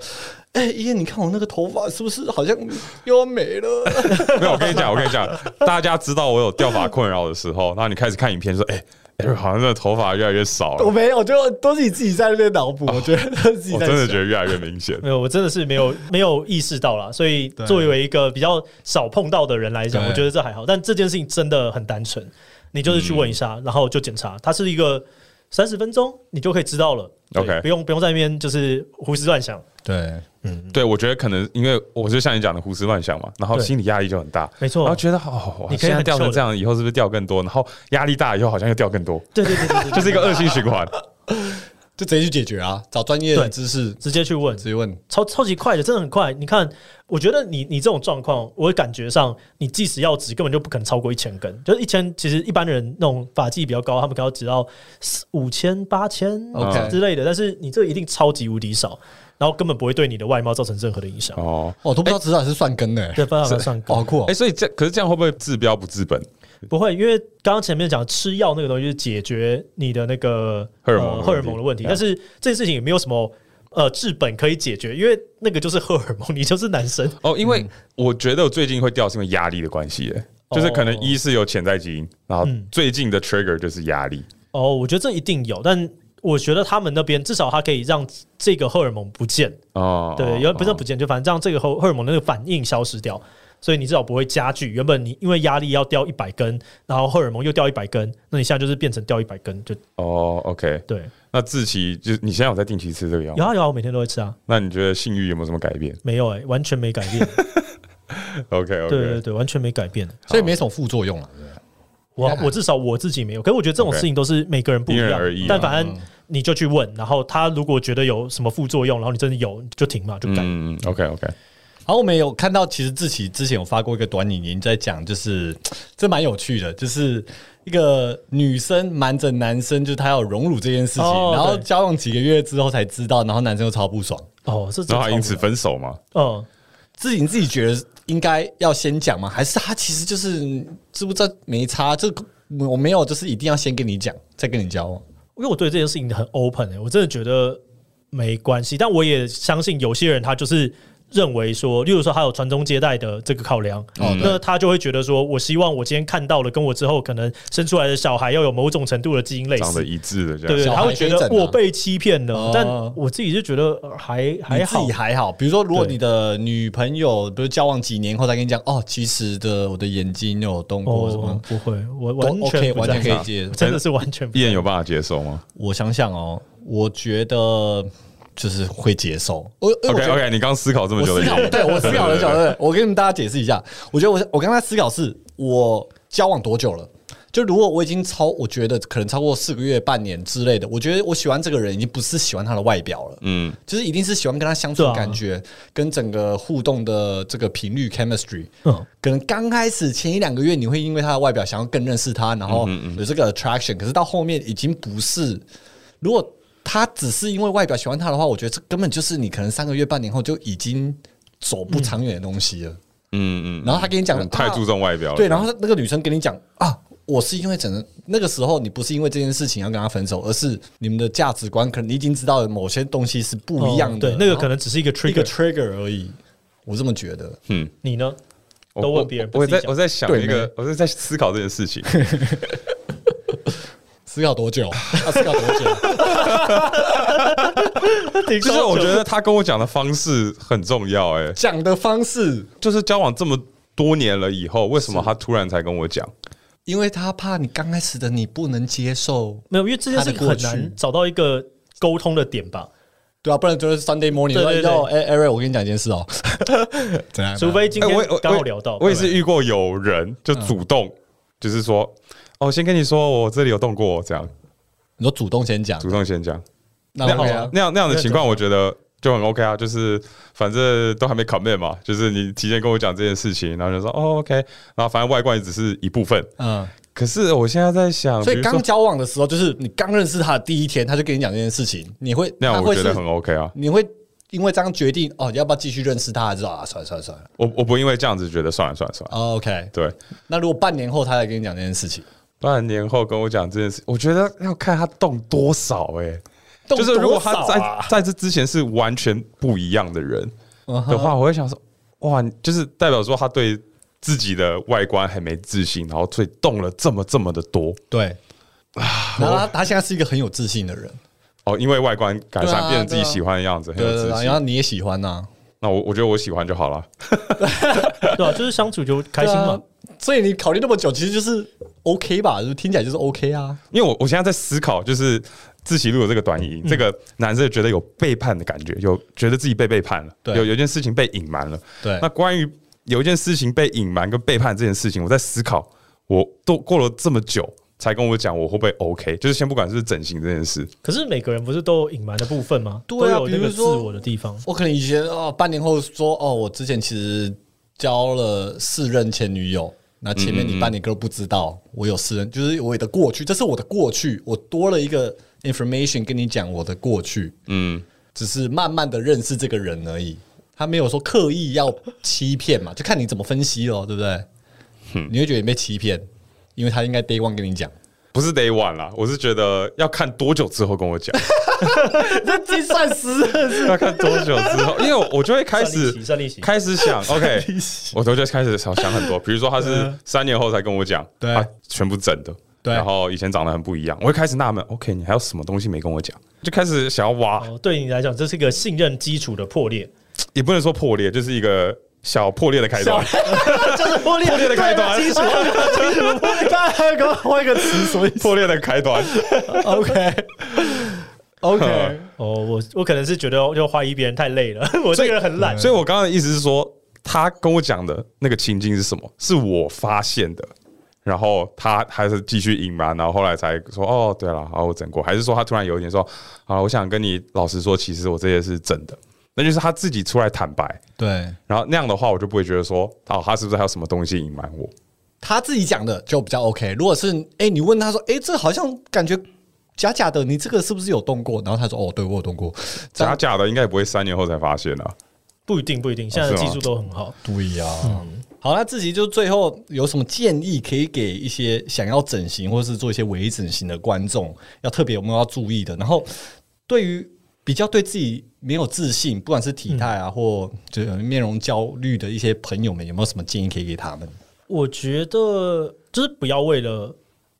[SPEAKER 3] 哎、依燕，你看我那个头发是不是好像又要没了？
[SPEAKER 2] 没有，我跟你讲，我跟你讲，大家知道我有掉发困扰的时候，然后你开始看影片说，哎、哎好像这头发越来越少
[SPEAKER 3] 我
[SPEAKER 2] 了，
[SPEAKER 3] 没有，就都是你自己在那边脑补，我觉得都是自己
[SPEAKER 2] 哦我
[SPEAKER 3] 在
[SPEAKER 2] 真的
[SPEAKER 3] 想
[SPEAKER 2] 觉得越来越明显。
[SPEAKER 1] 没有，我真的是没有 没有意识到啦。所以作为一个比较少碰到的人来讲，
[SPEAKER 3] 对
[SPEAKER 1] 我觉得这还好。但这件事情真的很单纯，你就是去问一下，然后就检查，它是一个三十分钟，你就可以知道了。对
[SPEAKER 2] OK
[SPEAKER 1] 不用不用在那边就是胡思乱想，
[SPEAKER 3] 对，
[SPEAKER 2] 对，我觉得可能因为我就像你讲的胡思乱想嘛，然后
[SPEAKER 1] 对
[SPEAKER 2] 心理压力就很大，
[SPEAKER 1] 没错
[SPEAKER 2] 然后觉得哦，
[SPEAKER 1] 你
[SPEAKER 2] 你
[SPEAKER 1] 可以
[SPEAKER 2] 现在
[SPEAKER 1] 很
[SPEAKER 2] 掉成
[SPEAKER 1] 瘦
[SPEAKER 2] 这样，以后是不是掉更多？然后压力大，以后好像又掉更多，
[SPEAKER 1] 对对对对对对
[SPEAKER 2] 就是一个恶性循环。
[SPEAKER 3] 就直接去解决啊，找专业的
[SPEAKER 1] 对
[SPEAKER 3] 知识
[SPEAKER 1] 直接去问，
[SPEAKER 3] 直接问。
[SPEAKER 1] 超超级快的，真的很快。你看，我觉得你你这种状况，我感觉上，你即使要值，根本就不可能超过一千根。就是一千，其实一般人那种发际比较高，他们可能要值到五千、八千
[SPEAKER 3] OK
[SPEAKER 1] 之类的，但是你这个一定超级无敌少，然后根本不会对你的外貌造成任何的影响。
[SPEAKER 2] 哦，
[SPEAKER 3] 哦，我都不知道指导是算根的、欸，
[SPEAKER 1] 对，办法算
[SPEAKER 3] 哦，
[SPEAKER 1] 高
[SPEAKER 3] 好，酷
[SPEAKER 2] 哎、
[SPEAKER 3] 哦！
[SPEAKER 2] 所以这可是这样会不会治标不治本？
[SPEAKER 1] 不会，因为刚刚前面讲吃药那个东西，就是解决你的那个呃
[SPEAKER 2] 荷尔
[SPEAKER 1] 荷尔蒙
[SPEAKER 2] 蒙的问题
[SPEAKER 1] 的问题，
[SPEAKER 2] 对
[SPEAKER 1] 但是这件事情也没有什么呃治本可以解决，因为那个就是荷尔蒙，你就是男生。
[SPEAKER 2] 哦，因为我觉得我最近会掉是因为压力的关系，哎，就是可能
[SPEAKER 1] 嗯哦嗯
[SPEAKER 2] 一是有潜在基因，然后最近的 trigger 就是压力。
[SPEAKER 1] 哦，我觉得这一定有，但我觉得他们那边至少它可以让这个荷尔蒙不见，
[SPEAKER 2] 哦，
[SPEAKER 1] 对，有不是
[SPEAKER 2] 哦
[SPEAKER 1] 不见，就反正让这个荷荷尔蒙的那个反应消失掉，所以你至少不会加剧。原本你因为压力要掉一百根，然后荷尔蒙又掉一百根，那你现在就是变成掉一百根，就
[SPEAKER 2] 哦，OK，
[SPEAKER 1] 对。
[SPEAKER 2] 那志奇就是你现在有在定期吃这个药吗
[SPEAKER 1] 有？啊有啊，我每天都会吃啊，
[SPEAKER 2] 那你觉得性欲有没有什么改变
[SPEAKER 1] 没有哎、完全没改 变，
[SPEAKER 2] ？OK
[SPEAKER 1] 对对
[SPEAKER 2] OK，
[SPEAKER 1] 对，完全没改变。
[SPEAKER 3] 所以没什么副作用了，啊对不对
[SPEAKER 1] 我
[SPEAKER 3] 应该还
[SPEAKER 1] 我至少我自己没有，可是我觉得这种
[SPEAKER 2] OK
[SPEAKER 1] 事情都是每个人不一
[SPEAKER 2] 因
[SPEAKER 1] 样，
[SPEAKER 2] 人而异啊
[SPEAKER 1] 但反正你就去问，然后他如果觉得有什么副作用，然后你真的有你就停嘛，就改。
[SPEAKER 2] 嗯，OK OK，
[SPEAKER 3] 然后我们有看到，其实志奇之前有发过一个短影音，在讲就是这蛮有趣的，就是一个女生瞒着男生，就是她要荣辱这件事情，
[SPEAKER 1] 哦
[SPEAKER 3] 然后
[SPEAKER 1] 对
[SPEAKER 3] 交往几个月之后才知道，然后男生又超不爽。
[SPEAKER 1] 哦，这真
[SPEAKER 2] 然后
[SPEAKER 1] 的
[SPEAKER 2] 还因此分手嘛？
[SPEAKER 1] 嗯，
[SPEAKER 3] 自己你自己觉得应该要先讲吗？还是他其实就是知不知道没差？这个我没有，就是一定要先跟你讲，再跟你交往。
[SPEAKER 1] 因为我对这件事情很 open，、欸、我真的觉得没关系。但我也相信有些人他就是认为说，例如说他有传宗接代的这个考量，
[SPEAKER 2] 哦
[SPEAKER 1] 那他就会觉得说，我希望我今天看到了跟我之后可能生出来的小孩要有某种程度的基因类
[SPEAKER 2] 长得
[SPEAKER 1] 似。
[SPEAKER 2] 一致的这
[SPEAKER 1] 对哎对，
[SPEAKER 2] 样。
[SPEAKER 3] 小孩
[SPEAKER 1] 他会觉
[SPEAKER 3] 可以
[SPEAKER 1] 得
[SPEAKER 3] 整啊
[SPEAKER 1] 我被欺骗了，
[SPEAKER 3] 哦
[SPEAKER 1] 但我自己就觉得呃还还好
[SPEAKER 3] 你自己，还好。比如说，如果
[SPEAKER 1] 对
[SPEAKER 3] 你的女朋友，比如交往几年后才跟你讲，哦，其实的我的眼睛有动过什
[SPEAKER 1] 哦
[SPEAKER 3] 么，，
[SPEAKER 1] 不会，我
[SPEAKER 3] 都
[SPEAKER 1] 完
[SPEAKER 3] OK，
[SPEAKER 1] 全不
[SPEAKER 3] 完全
[SPEAKER 1] 在
[SPEAKER 3] 可以
[SPEAKER 1] 意，
[SPEAKER 3] 接受。
[SPEAKER 1] 真的是完全不
[SPEAKER 2] 一人有办法接受吗
[SPEAKER 3] 我想想哦，我觉得就是会接受。我哎我
[SPEAKER 2] ？OK
[SPEAKER 3] 觉得
[SPEAKER 2] OK，你刚思考这么
[SPEAKER 3] 我
[SPEAKER 2] 久的
[SPEAKER 3] 思
[SPEAKER 2] 原
[SPEAKER 3] 考，
[SPEAKER 2] 因，
[SPEAKER 3] 对我思考 很久，对，我跟你们大家解释一下。我觉得我我刚才思考是我交往多久了？就如果我已经超，我觉得可能超过四个月、半年之类的，我觉得我喜欢这个人已经不是喜欢他的外表了，
[SPEAKER 2] 嗯，
[SPEAKER 3] 就是一定是喜欢跟他相处
[SPEAKER 1] 对
[SPEAKER 3] 的
[SPEAKER 1] 啊
[SPEAKER 3] 感觉，跟整个互动的这个频率 chemistry。
[SPEAKER 1] 嗯
[SPEAKER 3] 可能刚开始前一两个月，你会因为他的外表想要更认识他，然后
[SPEAKER 2] 嗯
[SPEAKER 3] 有这个 attraction。可是到后面已经不是，如果他只是因为外表喜欢他的话，我觉得这根本就是你可能三个月、半年后就已经走不长远的东西了。
[SPEAKER 2] 嗯嗯，
[SPEAKER 3] 然后他跟你讲
[SPEAKER 2] 嗯太注重外表了，
[SPEAKER 3] 对，然后那个女生跟你讲啊，我是因为整个那个时候你不是因为这件事情要跟他分手，而是你们的价值观可能你已经知道某些东西是不一样的，
[SPEAKER 1] 哦对，那个可
[SPEAKER 3] 然
[SPEAKER 1] 能只是一个
[SPEAKER 3] 后一个
[SPEAKER 1] trigger。
[SPEAKER 3] trigger 而已。我这么觉得，
[SPEAKER 1] 你呢？
[SPEAKER 2] 我
[SPEAKER 1] 都
[SPEAKER 2] 我
[SPEAKER 1] 问别人
[SPEAKER 2] 我
[SPEAKER 1] 不
[SPEAKER 2] 我
[SPEAKER 1] 自己
[SPEAKER 2] 在
[SPEAKER 1] 讲
[SPEAKER 2] 我在想
[SPEAKER 3] 对
[SPEAKER 2] 一
[SPEAKER 3] 没
[SPEAKER 2] 个，我是在思考这件 事情。
[SPEAKER 3] 思考多久？要思考多久？
[SPEAKER 2] 就是我觉得他跟我讲的方式很重要、哎，
[SPEAKER 3] 讲的方式，
[SPEAKER 2] 就是交往这么多年了以后，为什么他突然才跟我讲？
[SPEAKER 3] 因为他怕你刚开始的你不能接受，
[SPEAKER 1] 没有，因为这件事
[SPEAKER 3] 他
[SPEAKER 1] 情
[SPEAKER 3] 的过
[SPEAKER 1] 很
[SPEAKER 3] 去
[SPEAKER 1] 难找到一个沟通的点吧。
[SPEAKER 3] 对啊，不然就是 Sunday morning
[SPEAKER 1] 对对对
[SPEAKER 3] 说，哎 Eric，我跟你讲一件事哦， 怎样？
[SPEAKER 1] 除非今
[SPEAKER 2] 哎、我
[SPEAKER 1] 天
[SPEAKER 2] 我
[SPEAKER 1] 刚好聊到，
[SPEAKER 2] 我也是遇过有人就
[SPEAKER 1] 嗯
[SPEAKER 2] 主动，就是说，哦，先跟你说，我这里有动过，这样
[SPEAKER 3] 你说主动先讲，
[SPEAKER 2] 主动先讲，
[SPEAKER 3] 那
[SPEAKER 2] 那
[SPEAKER 3] OK
[SPEAKER 2] 样
[SPEAKER 3] 啊，
[SPEAKER 2] 那样那样的情况，
[SPEAKER 1] 那
[SPEAKER 2] 我觉得就很 OK 啊，就是反正都还没 commit 嘛，就是你提前跟我讲这件事情，然后就说哦 OK，然后反正外观也只是一部分。
[SPEAKER 3] 嗯。
[SPEAKER 2] 可是我现在在想，
[SPEAKER 3] 所
[SPEAKER 2] 啊比
[SPEAKER 3] 以
[SPEAKER 2] 如说
[SPEAKER 3] 刚交往的时候，就是你刚认识他的第一天，他就跟你讲这件事情，你会
[SPEAKER 2] 那
[SPEAKER 3] 他
[SPEAKER 2] 样我
[SPEAKER 3] 会
[SPEAKER 2] 觉
[SPEAKER 3] 是
[SPEAKER 2] 得很 OK 啊，
[SPEAKER 3] 你会因为这样决定哦，要不要继续认识他，还是说啊，算了算了算了、
[SPEAKER 2] 我我不因为这样子觉得算了算了算了，
[SPEAKER 3] 哦、，OK。
[SPEAKER 2] 对。
[SPEAKER 3] 那如果半年后他来跟你讲这件事情，
[SPEAKER 2] 半年后跟我讲这件事，我觉得要看他动多少哎、就是如果他
[SPEAKER 3] 动多少啊嗯
[SPEAKER 2] 在在这之前是完全不一样的人的话，我会想说，哇，就是代表说他对自己的外观还没自信，然后所以动了这么这么的多
[SPEAKER 3] 对，
[SPEAKER 2] 啊
[SPEAKER 3] 然后他他现在是一个很有自信的人，
[SPEAKER 2] 哦，因为外观改
[SPEAKER 3] 对
[SPEAKER 2] 善
[SPEAKER 3] 啊
[SPEAKER 2] 变成自己
[SPEAKER 3] 对啊
[SPEAKER 2] 喜欢的样子，很
[SPEAKER 3] 对
[SPEAKER 2] 有
[SPEAKER 3] 对
[SPEAKER 2] 自
[SPEAKER 3] 对，啊
[SPEAKER 2] 信
[SPEAKER 3] 然。后你也喜欢呐、
[SPEAKER 2] 那我我觉得我喜欢就好了，
[SPEAKER 1] 对吧？就是相处就开心嘛。
[SPEAKER 3] 对啊所以你考虑那么久，其实就是 OK 吧，就是听起来就是 OK 啊。
[SPEAKER 2] 因为我我现在在思考，就是自习录有这个短
[SPEAKER 3] 嗯
[SPEAKER 2] 影音，这个男生觉得有背叛的感觉，有觉得自己被背叛了，
[SPEAKER 3] 对
[SPEAKER 2] 有有一件事情被隐瞒了，
[SPEAKER 3] 对
[SPEAKER 2] 那关于有一件事情被隐瞒跟背叛这件事情，我在思考，我都过了这么久，才跟我讲我会不会 OK，就是先不管是整形这件事，
[SPEAKER 1] 可是每个人不是都有隐瞒的部分吗？
[SPEAKER 3] 对啊
[SPEAKER 1] 都有那
[SPEAKER 3] 比
[SPEAKER 1] 个
[SPEAKER 3] 如
[SPEAKER 1] 自
[SPEAKER 3] 说
[SPEAKER 1] 我的地方。
[SPEAKER 3] 我可能以前哦，半年后说哦，我之前其实交了四任前女友，那前面你半年哥不知道我有四任，就是我的过去，这是我的过去，我多了一个 information 跟你讲我的过去，
[SPEAKER 2] 嗯，
[SPEAKER 3] 只是慢慢的认识这个人而已。他没有说刻意要欺骗嘛，就看你怎么分析咯，对不对？你会觉得你被欺骗，因为他应该 day one 跟你讲，
[SPEAKER 2] 不是 day one 啦，我是觉得要看多久之后跟我讲，
[SPEAKER 3] 这计算师
[SPEAKER 2] 要看多久之后，因为我就会开
[SPEAKER 1] 算利
[SPEAKER 2] 始
[SPEAKER 1] 息算利息
[SPEAKER 2] 开始想，OK，我都就开始想想很多，比如说他是三年后才跟我讲，
[SPEAKER 3] 对
[SPEAKER 2] 他全部整的。
[SPEAKER 3] 对
[SPEAKER 2] 然后以前长得很不一样，我会开始纳闷，OK，你还有什么东西没跟我讲？就开始想要挖，
[SPEAKER 1] 哦，对你来讲，这是一个信任基础的破裂，
[SPEAKER 2] 也不能说破裂，就是一个小破裂的开端。
[SPEAKER 1] 就是破裂
[SPEAKER 2] 破裂的开端
[SPEAKER 1] 对基础
[SPEAKER 3] 大家还给我换一个词，所以
[SPEAKER 2] 破裂的开端，
[SPEAKER 3] OK 哦 OK，
[SPEAKER 1] 哦，我我可能是觉得就怀疑别人太累了， 我这个人很懒，
[SPEAKER 2] 所以我刚刚的意思是说，他跟我讲的那个情境是什么？是我发现的，然后他还是继续隐瞒，然后后来才说哦，对了，好，我整过，还是说他突然有一点说啊，我想跟你老实说，其实我这些是真的，那就是他自己出来坦白，
[SPEAKER 3] 对
[SPEAKER 2] 然后那样的话，我就不会觉得说哦，他是不是还有什么东西隐瞒我？
[SPEAKER 3] 他自己讲的就比较 OK。如果是哎、你问他说，哎、这好像感觉假假的，你这个是不是有动过？然后他说，哦，对我有动过。这
[SPEAKER 2] 假
[SPEAKER 3] 样
[SPEAKER 2] 假的，应该也不会三年后才发现啊。
[SPEAKER 1] 不一定不一定，现在的
[SPEAKER 2] 是
[SPEAKER 1] 技
[SPEAKER 2] 吗
[SPEAKER 1] 术都很好。
[SPEAKER 3] 对呀、嗯好，那自己就最后有什么建议可以给一些想要整形或是做一些微整形的观众，要特别有没有要注意的？然后对于比较对自己没有自信，不管是体态啊，或就是面容焦虑的一些朋友们，有没有什么建议可以给他们？
[SPEAKER 1] 我觉得就是不要为了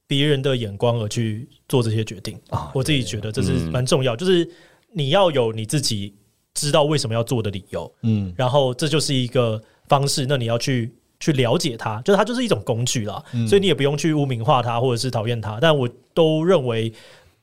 [SPEAKER 1] 别人的眼光而去做这些决定
[SPEAKER 3] 啊
[SPEAKER 1] 我自己觉得这是蛮重要，就是你要有你自己知道为什么要做的理由，
[SPEAKER 3] 嗯，
[SPEAKER 1] 然后这就是一个方式，那你要去去了解它，就是它就是一种工具啦，所以你也不用去污名化它或者是讨厌它，但我都认为。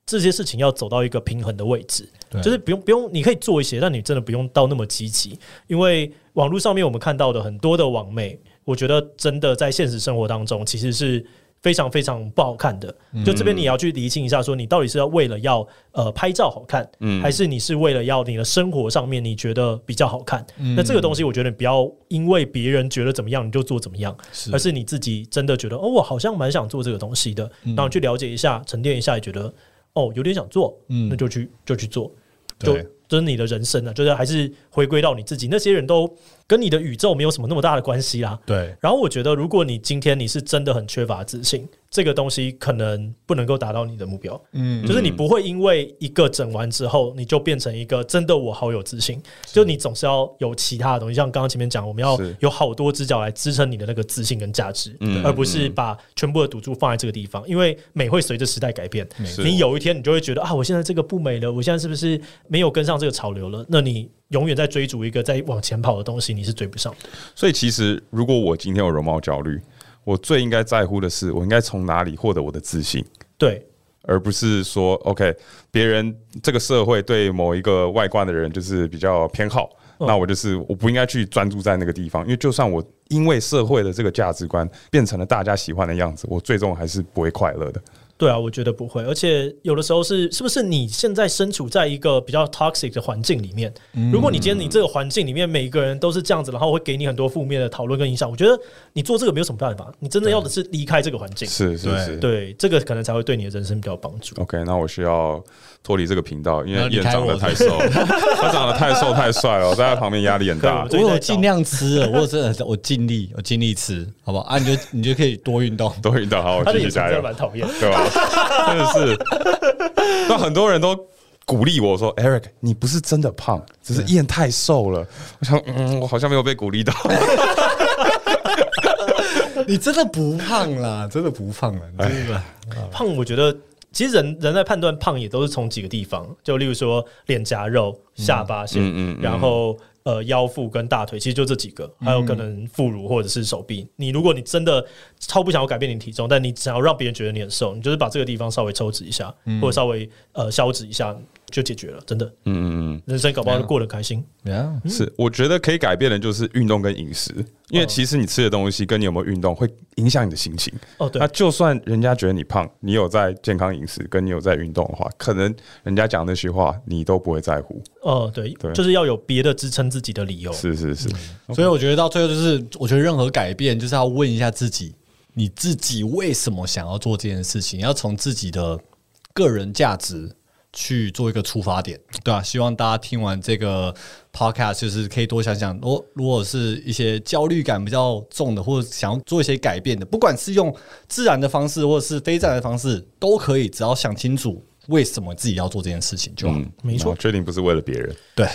[SPEAKER 1] 这些事情要走到一个平衡的位置，
[SPEAKER 3] 对
[SPEAKER 1] 就是不用不用，你可以做一些，但你真的不用到那么积极，因为网络上面我们看到的很多的网媒，我觉得真的在现实生活当中其实是非常非常不好看的。
[SPEAKER 3] 嗯
[SPEAKER 1] 就这边你要去厘清一下，说你到底是要为了要呃拍照好看，
[SPEAKER 3] 嗯
[SPEAKER 1] 还是你是为了要你的生活上面你觉得比较好看？
[SPEAKER 3] 嗯
[SPEAKER 1] 那这个东西我觉得你不要因为别人觉得怎么样你就做怎么样，而是你自己真的觉得哦，我好像蛮想做这个东西的，
[SPEAKER 3] 嗯
[SPEAKER 1] 然后去了解一下、沉淀一下，也觉得哦有点想做，
[SPEAKER 3] 嗯
[SPEAKER 1] 那就去就去做。就
[SPEAKER 3] 对
[SPEAKER 1] 就是你的人生啊，就是还是回归到你自己。那些人都跟你的宇宙没有什么那么大的关系啦。
[SPEAKER 3] 对，
[SPEAKER 1] 然后我觉得，如果你今天你是真的很缺乏自信，这个东西可能不能够达到你的目标。
[SPEAKER 3] 嗯
[SPEAKER 1] 就是你不会因为一个整完之后，你就变成一个真的我好有自信。就你总是要有其他的东西，像刚刚前面讲，我们要
[SPEAKER 2] 是
[SPEAKER 1] 有好多只脚来支撑你的那个自信跟价值，
[SPEAKER 2] 嗯
[SPEAKER 1] 而不是把全部的赌注放在这个地方，因为美会随着时代改变。
[SPEAKER 2] 错
[SPEAKER 1] 你有一天你就会觉得啊，我现在这个不美了，我现在是不是没有跟上这个潮流了？那你永远在追逐一个在往前跑的东西，你是追不上的。
[SPEAKER 2] 所以其实，如果我今天有容貌焦虑，我最应该在乎的是，我应该从哪里获得我的自信，
[SPEAKER 1] 对，
[SPEAKER 2] 而不是说 OK，别人这个社会对某一个外观的人就是比较偏好，那我就是我不应该去专注在那个地方，因为就算我因为社会的这个价值观变成了大家喜欢的样子，我最终还是不会快乐的。
[SPEAKER 1] 对啊，我觉得不会，而且有的时候是是不是你现在身处在一个比较 toxic 的环境里面？如果你今天你这个环境里面每一个人都是这样子，然后会给你很多负面的讨论跟影响，我觉得你做这个没有什么办法，你真的要的是离开这个环境，
[SPEAKER 2] 是是
[SPEAKER 3] 对
[SPEAKER 2] 是。
[SPEAKER 1] 对这个可能才会对你的人生比较有帮助。
[SPEAKER 2] OK，那我需要脱离这个频道，因为
[SPEAKER 3] 要离
[SPEAKER 2] 燕
[SPEAKER 3] 开
[SPEAKER 2] 长得
[SPEAKER 3] 我
[SPEAKER 2] 太瘦，他长得太瘦太帅了，我在他旁边压力很
[SPEAKER 1] 可以我们。
[SPEAKER 2] 大
[SPEAKER 3] 我
[SPEAKER 1] 最近在
[SPEAKER 3] 有
[SPEAKER 1] 找
[SPEAKER 3] 尽量吃了，我有真的我尽力，我尽力吃，好不好？啊，你就你就可以多运动。
[SPEAKER 2] 都遇到，好，我
[SPEAKER 1] 他的
[SPEAKER 2] 继
[SPEAKER 1] 眼神
[SPEAKER 2] 续
[SPEAKER 1] 真
[SPEAKER 2] 加
[SPEAKER 1] 的
[SPEAKER 2] 油。
[SPEAKER 1] 蛮讨厌，
[SPEAKER 2] 对吧？ 真的是，那很多人都鼓励我说：“Eric，你不是真的胖，只
[SPEAKER 1] 嗯
[SPEAKER 2] 是燕太瘦了。”我想，嗯，我好像没有被鼓励 到。
[SPEAKER 3] 你真的不胖啦，真的不胖啦，你真 的。
[SPEAKER 1] 胖我觉得。其实人人在判断胖也都是从几个地方，就例如说脸颊肉、下巴线，
[SPEAKER 2] 嗯嗯嗯
[SPEAKER 1] 然后呃腰腹跟大腿，其实就这几个，还有可能副乳或者是手臂。你如果你真的超不想要改变你体重，但你想要让别人觉得你很瘦，你就是把这个地方稍微抽脂一下，或者稍微呃消脂一下，就解决了，真的，
[SPEAKER 2] 嗯嗯嗯嗯。
[SPEAKER 1] 人生搞不好就过得开心。
[SPEAKER 3] Yeah，
[SPEAKER 2] 是，我觉得可以改变的就是运动跟饮食，因为其实你吃的东西跟你有没有运动会影响你的心情。
[SPEAKER 1] 哦对
[SPEAKER 2] 那就算人家觉得你胖，你有在健康饮食跟你有在运动的话，可能人家讲那些话你都不会在乎。
[SPEAKER 1] 哦，对
[SPEAKER 2] 对，
[SPEAKER 1] 就是要有别的支撑自己的理由。
[SPEAKER 2] 是是是，
[SPEAKER 1] 嗯
[SPEAKER 3] 所以我觉得到最后就是，我觉得任何改变就是要问一下自己，你自己为什么想要做这件事情，要从自己的个人价值去做一个出发点，对啊，希望大家听完这个 podcast，就是可以多想想，如如果是一些焦虑感比较重的，或者想要做一些改变的，不管是用自然的方式或者是非自然的方式都可以，只要想清楚为什么自己要做这件事情就好。
[SPEAKER 2] 嗯，
[SPEAKER 1] 啊没错
[SPEAKER 2] 然后确定不是为了别人。
[SPEAKER 3] 对，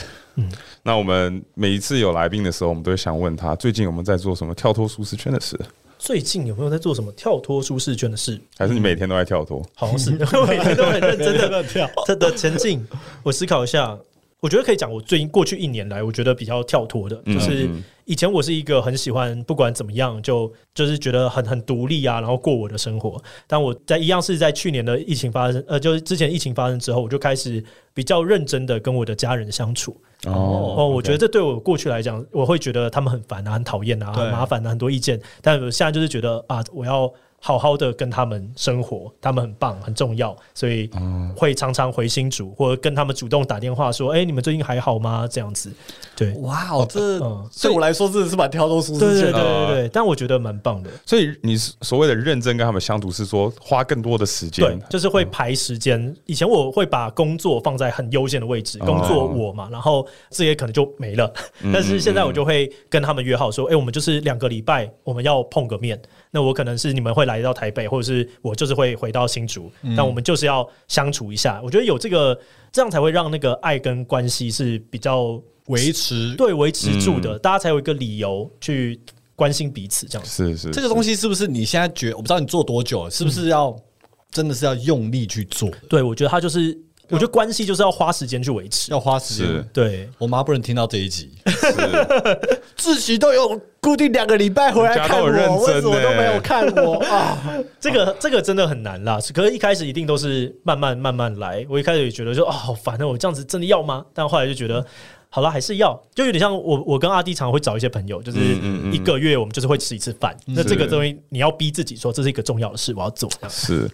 [SPEAKER 2] 那我们每一次有来宾的时候，我们都会想问他最近有没有在做什么跳脱舒适圈的事，
[SPEAKER 1] 最近有没有在做什么跳脱舒适圈的事？
[SPEAKER 2] 还是你每天都在跳脱？
[SPEAKER 1] 好像 是，我每天都很认真的跳， 真的前进。我思考一下，我觉得可以讲我最近过去一年来，我觉得比较跳脱的，就是以前我是一个很喜欢不管怎么样就就是觉得很很独立啊，然后过我的生活。但我在一样是在去年的疫情发生，呃，就是之前疫情发生之后，我就开始比较认真的跟我的家人相处。
[SPEAKER 2] 哦
[SPEAKER 1] 哦，我觉得这对我过去来讲，我会觉得他们很烦啊、很讨厌啊、
[SPEAKER 3] 对
[SPEAKER 1] 很麻烦啊、很多意见。但我现在就是觉得啊，我要好好的跟他们生活，他们很棒、很重要，所以会常常回新竹，或者跟他们主动打电话说：“哎、你们最近还好吗？”这样子，对。
[SPEAKER 3] 哇哦，这
[SPEAKER 1] 嗯
[SPEAKER 3] 对我来说真的是蛮挑动舒适
[SPEAKER 1] 对对对
[SPEAKER 3] 圈的。
[SPEAKER 1] 对对，但我觉得蛮棒的，
[SPEAKER 2] 所以你所谓的认真跟他们相处，是说花更多的时
[SPEAKER 1] 对
[SPEAKER 2] 间，，
[SPEAKER 1] 就是
[SPEAKER 3] 嗯
[SPEAKER 1] 会排时间。以前我会把工作放在很优先的位置，
[SPEAKER 2] 哦
[SPEAKER 1] 工作我嘛，然后这些可能就没了。
[SPEAKER 3] 嗯
[SPEAKER 1] 但是现在我就会跟他们约好说，哎，我们就是两个礼拜我们要碰个面。那我可能是你们会来到台北，或者是我就是会回到新竹，
[SPEAKER 3] 嗯
[SPEAKER 1] 但我们就是要相处一下。我觉得有这个，这样才会让那个爱跟关系是比较
[SPEAKER 3] 维持嗯
[SPEAKER 1] 对维持住的，大家才有一个理由去关心彼此这样子。
[SPEAKER 2] 是是
[SPEAKER 3] 这个东西是不是你现在觉我不知道你做多久了，是不是要、真的是要用力去做，
[SPEAKER 1] 对，我觉得他就是，我觉得关系就是要花时间去维持
[SPEAKER 3] 要。花时
[SPEAKER 2] 是
[SPEAKER 3] 间？
[SPEAKER 1] 对，
[SPEAKER 3] 我妈不能听到这一集，
[SPEAKER 2] 是
[SPEAKER 3] 自己都有固定两个礼拜回来
[SPEAKER 2] 人家
[SPEAKER 3] 看
[SPEAKER 2] 都
[SPEAKER 3] 我，
[SPEAKER 2] 有认真
[SPEAKER 3] 为什么
[SPEAKER 2] 呢
[SPEAKER 3] 都没有看我啊？
[SPEAKER 1] 这个这个真的很难啦，是可是一开始一定都是慢慢慢慢来。我一开始也觉得说啊、好烦啊，我这样子真的要吗？但后来就觉得。好了，还是要，就有点像我，我跟阿弟常会找一些朋友，就是一个月我们就是会吃一次饭。那这个东西你要逼自己说，这是一个重要的事，我要做。
[SPEAKER 2] 是，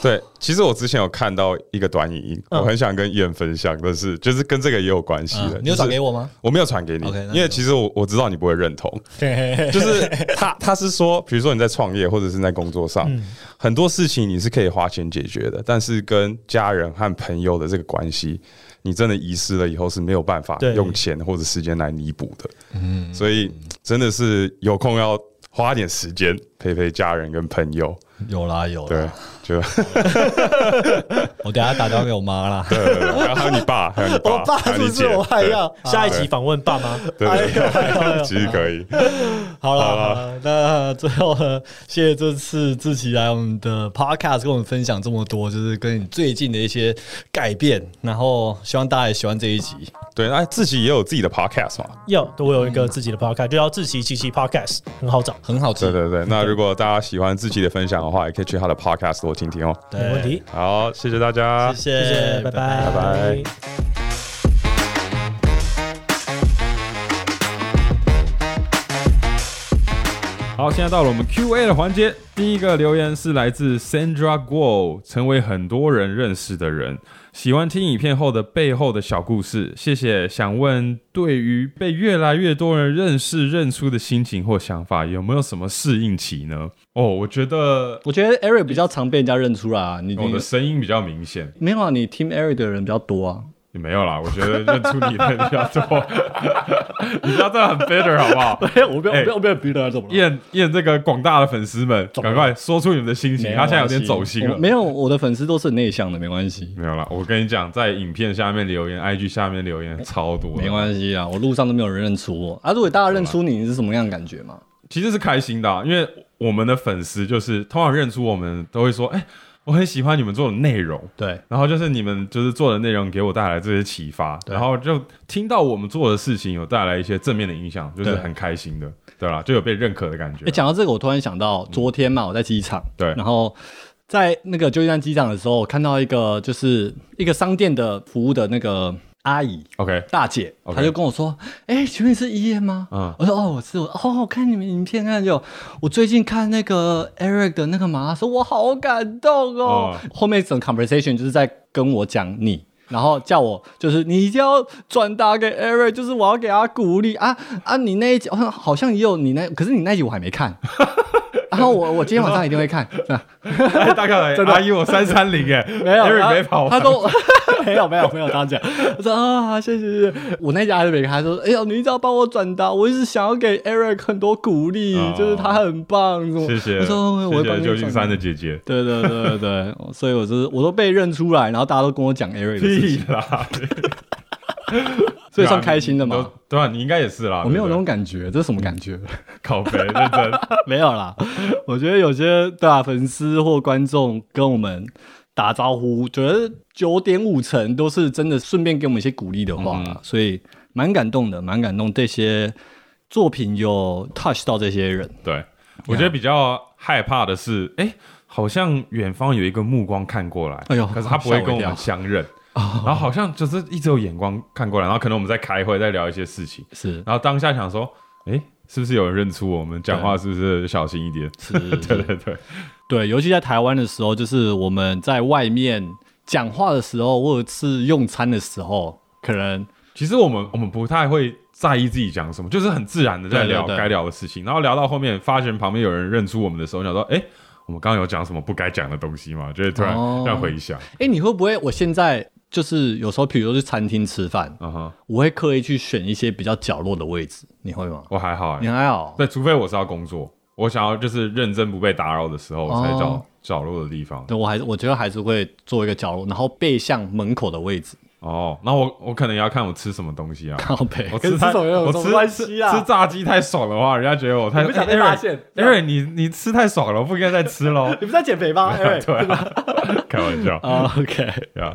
[SPEAKER 2] 对，其实我之前有看到一个短影音，
[SPEAKER 1] 嗯
[SPEAKER 2] 我很想跟燕分享，但是就是跟这个也有关系的、
[SPEAKER 3] 嗯你有
[SPEAKER 2] 找
[SPEAKER 3] 转给我吗？
[SPEAKER 2] 我没有传给你
[SPEAKER 3] OK，那你
[SPEAKER 2] 因为
[SPEAKER 3] 走
[SPEAKER 2] 其实我我知道你不会认 同，就是他他是说，比如说你在创业或者是在工作上，
[SPEAKER 3] 嗯
[SPEAKER 2] 很多事情你是可以花钱解决的，但是跟家人和朋友的这个关系，你真的遗失了以后是没有办法
[SPEAKER 1] 对
[SPEAKER 2] 用钱或者时间来弥补的。嗯，所以真的是有空要花点时间陪陪家人跟朋友。
[SPEAKER 3] 有啦有啦，
[SPEAKER 2] 对，就
[SPEAKER 3] 我等一下打电话给我妈啦。
[SPEAKER 2] 对 对对然后还有你爸，还有你
[SPEAKER 3] 我爸
[SPEAKER 2] 还有
[SPEAKER 3] 是
[SPEAKER 2] 你
[SPEAKER 3] 不
[SPEAKER 2] 姐
[SPEAKER 3] 是我还
[SPEAKER 2] 对
[SPEAKER 3] 要？
[SPEAKER 1] 下一集访问爸妈，
[SPEAKER 2] 对对
[SPEAKER 3] 哎
[SPEAKER 2] 对，
[SPEAKER 3] 呦
[SPEAKER 2] 其实可以。
[SPEAKER 3] 好了，好了，那最后呢，谢谢这次志奇来我们的 podcast 跟我们分享这么多，就是跟你最近的一些改变，然后希望大家也喜欢这一集。
[SPEAKER 2] 对，那自己也有自己的 podcast 嘛？
[SPEAKER 1] 要我有一个自己的 podcast，就叫自奇七七 podcast，很好找，
[SPEAKER 3] 很好
[SPEAKER 2] 对
[SPEAKER 3] 吃，
[SPEAKER 2] 对对，那如果大家喜欢自己的分享的话，也可以去他的 podcast 多听听哦。
[SPEAKER 3] 对
[SPEAKER 1] 没问题。
[SPEAKER 2] 好，谢谢大家，
[SPEAKER 1] 谢
[SPEAKER 3] 谢
[SPEAKER 1] 谢，拜拜，
[SPEAKER 2] 拜拜好，现在到了我们 Q&A 的环节。第一个留言是来自 Sandra Guo，成为很多人认识的人，喜欢听影片后的背后的小故事。谢谢。想问，对于被越来越多人认识、认出的心情或想法，有没有什么适应期呢？哦，我觉得
[SPEAKER 5] 我觉得 Eric 比较常被人家认出来啊，你
[SPEAKER 2] 我的
[SPEAKER 5] 你
[SPEAKER 2] 声音比较明显，
[SPEAKER 5] 没有啊？你 Team Eric 的人比较多啊。
[SPEAKER 2] 也没有啦。我觉得认出你的比较多， 你不要这样很 bitter 好 不好？
[SPEAKER 5] 我不要，
[SPEAKER 2] 哎
[SPEAKER 5] 我不要，我不要逼人，怎么了？
[SPEAKER 2] 验验这个广大的粉丝们，赶快说出你们的心情。
[SPEAKER 5] 没
[SPEAKER 2] 他现在有
[SPEAKER 5] 关系
[SPEAKER 2] 点走心啊了
[SPEAKER 5] 我，没有，我的粉丝都是很内向的，没关系，
[SPEAKER 2] 没有啦，我跟你讲，在影片下面留言、IG 下面留
[SPEAKER 3] 哎
[SPEAKER 2] 言超多，
[SPEAKER 5] 没关系啊。我路上都没有人认出我啊。如果大家认出你，你是什么样的感觉嘛？
[SPEAKER 2] 其实是开心的啊、因为我们的粉丝就是通常认出我们都会说，哎、我很喜欢你们做的内容，
[SPEAKER 3] 对，
[SPEAKER 2] 然后就是你们就是做的内容给我带来这些启发，然后就听到我们做的事情有带来一些正面的影响，就是
[SPEAKER 5] 对
[SPEAKER 2] 很开心的，对啦，就有被认可的感觉
[SPEAKER 5] 哎、。讲到这个，我突然想到昨天嘛，我在机场，
[SPEAKER 2] 嗯对
[SPEAKER 5] 然后
[SPEAKER 3] 在那个旧金山机场的时候，我看到一个就是一个商店的服务的那个阿姨。
[SPEAKER 2] OK，
[SPEAKER 3] 大姐，
[SPEAKER 2] OK
[SPEAKER 3] 她就跟我说：“哎、请问你是一夜吗？”
[SPEAKER 2] 嗯
[SPEAKER 3] 我说：“哦，我是我哦，我看你们影片看就，我最近看那个 Eric 的那个马拉松，我好感动哦。
[SPEAKER 2] 嗯
[SPEAKER 3] 后面整个 conversation 就是在跟我讲你。然后叫我就是你一定要转达给 Eric，就是我要给他鼓励啊啊！你那一集好像好像也有你那，可是你那一集我还没看。 然后我我今天晚上一定会看，是吧
[SPEAKER 2] 哎大概阿姨我三三零哎，
[SPEAKER 3] 没有
[SPEAKER 2] Eric
[SPEAKER 3] 他
[SPEAKER 2] 没跑完，
[SPEAKER 3] 他都 没有没有没有他讲，我说啊，谢谢谢谢，我那家还是没看，他说，哎呦，你一定要帮我转达，我一直想要给 Eric 很多鼓励，
[SPEAKER 2] 哦
[SPEAKER 3] 就是他很棒，什么
[SPEAKER 2] 谢谢，
[SPEAKER 3] 我说我
[SPEAKER 2] 谢
[SPEAKER 3] 会帮
[SPEAKER 2] 谢
[SPEAKER 3] 你
[SPEAKER 2] 旧金山
[SPEAKER 3] 转
[SPEAKER 2] 的
[SPEAKER 3] 达。
[SPEAKER 2] 姐姐，
[SPEAKER 3] 对对对对对，所以我就是我都被认出来，然后大家都跟我讲 Eric 的事
[SPEAKER 2] 屁
[SPEAKER 3] 情，
[SPEAKER 2] 啦，
[SPEAKER 3] 所以算开心的
[SPEAKER 2] 你
[SPEAKER 3] 嘛
[SPEAKER 2] 都。对啊，你应该也是啦，
[SPEAKER 3] 我没有那
[SPEAKER 2] 对不对
[SPEAKER 3] 种感觉，这是什么感觉？
[SPEAKER 2] 靠背，认 真，
[SPEAKER 3] 没有啦，我觉得有些对啊，粉丝或观众跟我们打招呼，觉得九点五成都是真的，顺便给我们一些鼓励的话啦，所以蛮感动的，蛮感动。这些作品有 touch 到这些人，
[SPEAKER 2] 对我觉得比较害怕的是，哎，好像远方有一个目光看过来，
[SPEAKER 3] 哎呦哦
[SPEAKER 2] 可是他不
[SPEAKER 3] 吓
[SPEAKER 2] 会
[SPEAKER 3] 我一
[SPEAKER 2] 跟我
[SPEAKER 3] 跳
[SPEAKER 2] 们相认。然后好像就是一直有眼光看过来，然后可能我们在开会，在聊一些事情，
[SPEAKER 3] 是
[SPEAKER 2] 然后当下想说，哎，是不是有人认出我们？讲话是不是小心一点？
[SPEAKER 3] 是，
[SPEAKER 2] 对对对，
[SPEAKER 3] 对，尤其在台湾的时候，就是我们在外面讲话的时候，或者是用餐的时候，可能
[SPEAKER 2] 其实我们我们不太会在意自己讲什么，就是很自然的在聊
[SPEAKER 3] 对对对
[SPEAKER 2] 该聊的事情，然后聊到后面，发现旁边有人认出我们的时候，想说，哎、我们刚刚有讲什么不该讲的东西吗？就会突然
[SPEAKER 3] 哦
[SPEAKER 2] 让回想，
[SPEAKER 3] 哎、你会不会？我现在就是有时候，比如说去餐厅吃饭，
[SPEAKER 2] 嗯哼，
[SPEAKER 3] 我会刻意去选一些比较角落的位置，你会吗？
[SPEAKER 2] 我还好哎、
[SPEAKER 3] 你还好，
[SPEAKER 2] 对，除非我是要工作，我想要就是认真不被打扰的时候，我才找、
[SPEAKER 3] 哦
[SPEAKER 2] 角落的地方。
[SPEAKER 3] 对我还是我觉得还是会做一个角落，然后背向门口的位置，
[SPEAKER 2] 哦，那我我可能也要看我吃什么东西啊。
[SPEAKER 3] 靠 背。
[SPEAKER 2] 我
[SPEAKER 3] 跟
[SPEAKER 2] 吃
[SPEAKER 3] 这
[SPEAKER 2] 太
[SPEAKER 3] 种
[SPEAKER 2] 我吃吃炸鸡太爽的话，人家觉得我太
[SPEAKER 3] 啊你不想被
[SPEAKER 2] 哎
[SPEAKER 3] 发
[SPEAKER 2] Aaron，
[SPEAKER 3] 现
[SPEAKER 2] Aaron，你你吃太爽了，不应该再吃喽。
[SPEAKER 3] 你不是在减肥吗？哎，
[SPEAKER 2] 对啊， 开玩笑。
[SPEAKER 3] 啊，OK，
[SPEAKER 2] 啊，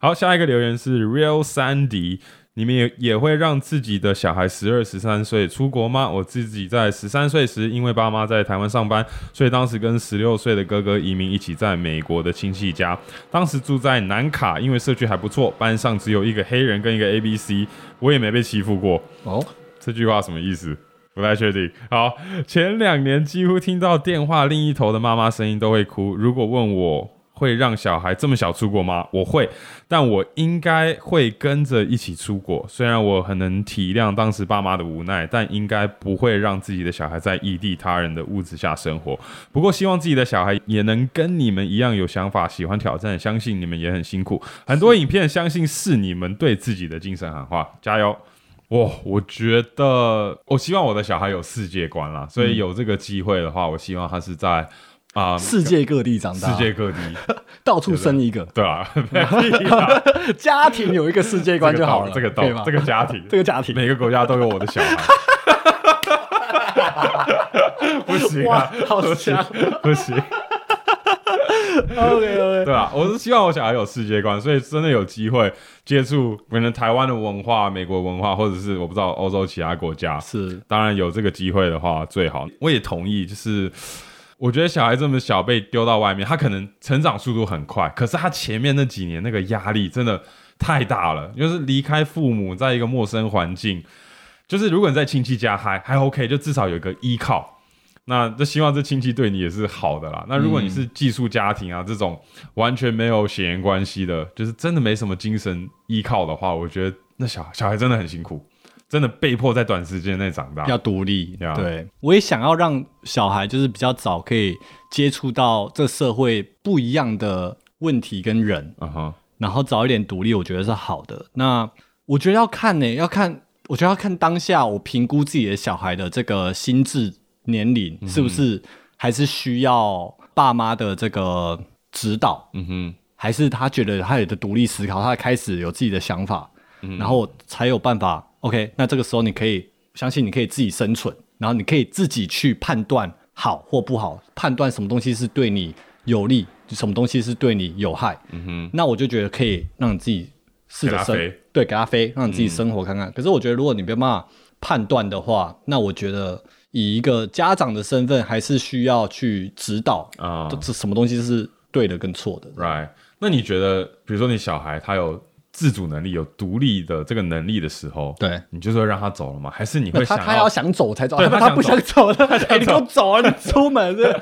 [SPEAKER 2] 好，下一个留言是 Real Sandy，你们也也会让自己的小孩十二、十三岁出国吗？我自己在十三岁时，因为爸妈在台湾上班，所以当时跟十六岁的哥哥移民一起在美国的亲戚家，当时住在南卡，因为社区还不错，班上只有一个黑人跟一个 A B C，我也没被欺负过。
[SPEAKER 3] 哦，
[SPEAKER 2] 这句话什么意思？不太确定。好， 前两年几乎听到电话另一头的妈妈声音都会哭。如果问我会让小孩这么小出国吗？我会，但我应该会跟着一起出国。虽然我很能体谅当时爸妈的无奈，但应该不会让自己的小孩在异地他人的物质下生活。不过希望自己的小孩也能跟你们一样有想法，喜欢挑战，相信你们也很辛苦。很多影片相信是你们对自己的精神喊话，加油！哇，我觉得我希望我的小孩有世界观啦，所以有这个机会的话，我希望他是在啊、
[SPEAKER 3] 世界各地长大，
[SPEAKER 2] 世界各地，
[SPEAKER 3] 到处生一个，
[SPEAKER 2] 对啊， 屁啦
[SPEAKER 3] 家庭有一个世界观就 好了，
[SPEAKER 2] 这个
[SPEAKER 3] 可以
[SPEAKER 2] 懂，
[SPEAKER 3] 吗？
[SPEAKER 2] 这个家庭，
[SPEAKER 3] 这个家庭，
[SPEAKER 2] 每个国家都有我的 小孩。不行啊，
[SPEAKER 3] 好
[SPEAKER 2] 不行
[SPEAKER 3] 强
[SPEAKER 2] 不行，
[SPEAKER 3] ，OK OK，
[SPEAKER 2] 对啊，我是希望我小孩有世界观，所以真的有机会接触可能台湾的文化、美国文化，或者是我不知道欧洲其他国家，
[SPEAKER 3] 是
[SPEAKER 2] 当然有这个机会的话最好。我也同意，就是我觉得小孩这么小被丢到外面，他可能成长速度很快，可是他前面那几年那个压力真的太大了，就是离开父母，在一个陌生环境，就是如果你在亲戚家还还 OK，就至少有一个依靠。那就希望这亲戚对你也是好的啦。那如果你是寄宿家庭啊，这种完全没有血缘关系的，就是真的没什么精神依靠的话，我觉得那小小孩真的很辛苦，真的被迫在短时间内长大。
[SPEAKER 3] 要独立。
[SPEAKER 2] Yeah
[SPEAKER 3] 对，我也想要让小孩就是比较早可以接触到这社会不一样的问题跟人，
[SPEAKER 2] 嗯哼，
[SPEAKER 3] 然后早一点独立，我觉得是好的。那我觉得要看呢、要看，我觉得要看当下我评估自己的小孩的这个心智年龄、是不是还是需要爸妈的这个指导，
[SPEAKER 2] 嗯哼，
[SPEAKER 3] 还是他觉得他有的独立思考，他开始有自己的想法，
[SPEAKER 2] 嗯
[SPEAKER 3] 然后才有办法。OK，那这个时候你可以相信你可以自己生存，然后你可以自己去判断好或不好，判断什么东西是对你有利，什么东西是对你有害。那我就觉得可以让你自己试
[SPEAKER 2] 嗯给
[SPEAKER 3] 着
[SPEAKER 2] 他
[SPEAKER 3] 生
[SPEAKER 2] 飞，嗯
[SPEAKER 3] 对，给他飞，让你自己生活看看。可是我觉得如果你没有办法判断的话，那我觉得以一个家长的身份，还是需要去指导
[SPEAKER 2] 啊
[SPEAKER 3] 这这什么东西是对的跟错的。
[SPEAKER 2] Right？那你觉得，比如说你小孩他有自主能力、有独立的这个能力的时候，
[SPEAKER 3] 对
[SPEAKER 2] 你就是会让他走了吗？还是你会
[SPEAKER 3] 他
[SPEAKER 2] 想
[SPEAKER 3] 他要想走才走，
[SPEAKER 2] 对
[SPEAKER 3] 他
[SPEAKER 2] 他
[SPEAKER 3] 他不
[SPEAKER 2] 想
[SPEAKER 3] 想走了，哎，你给我走啊！你出门 是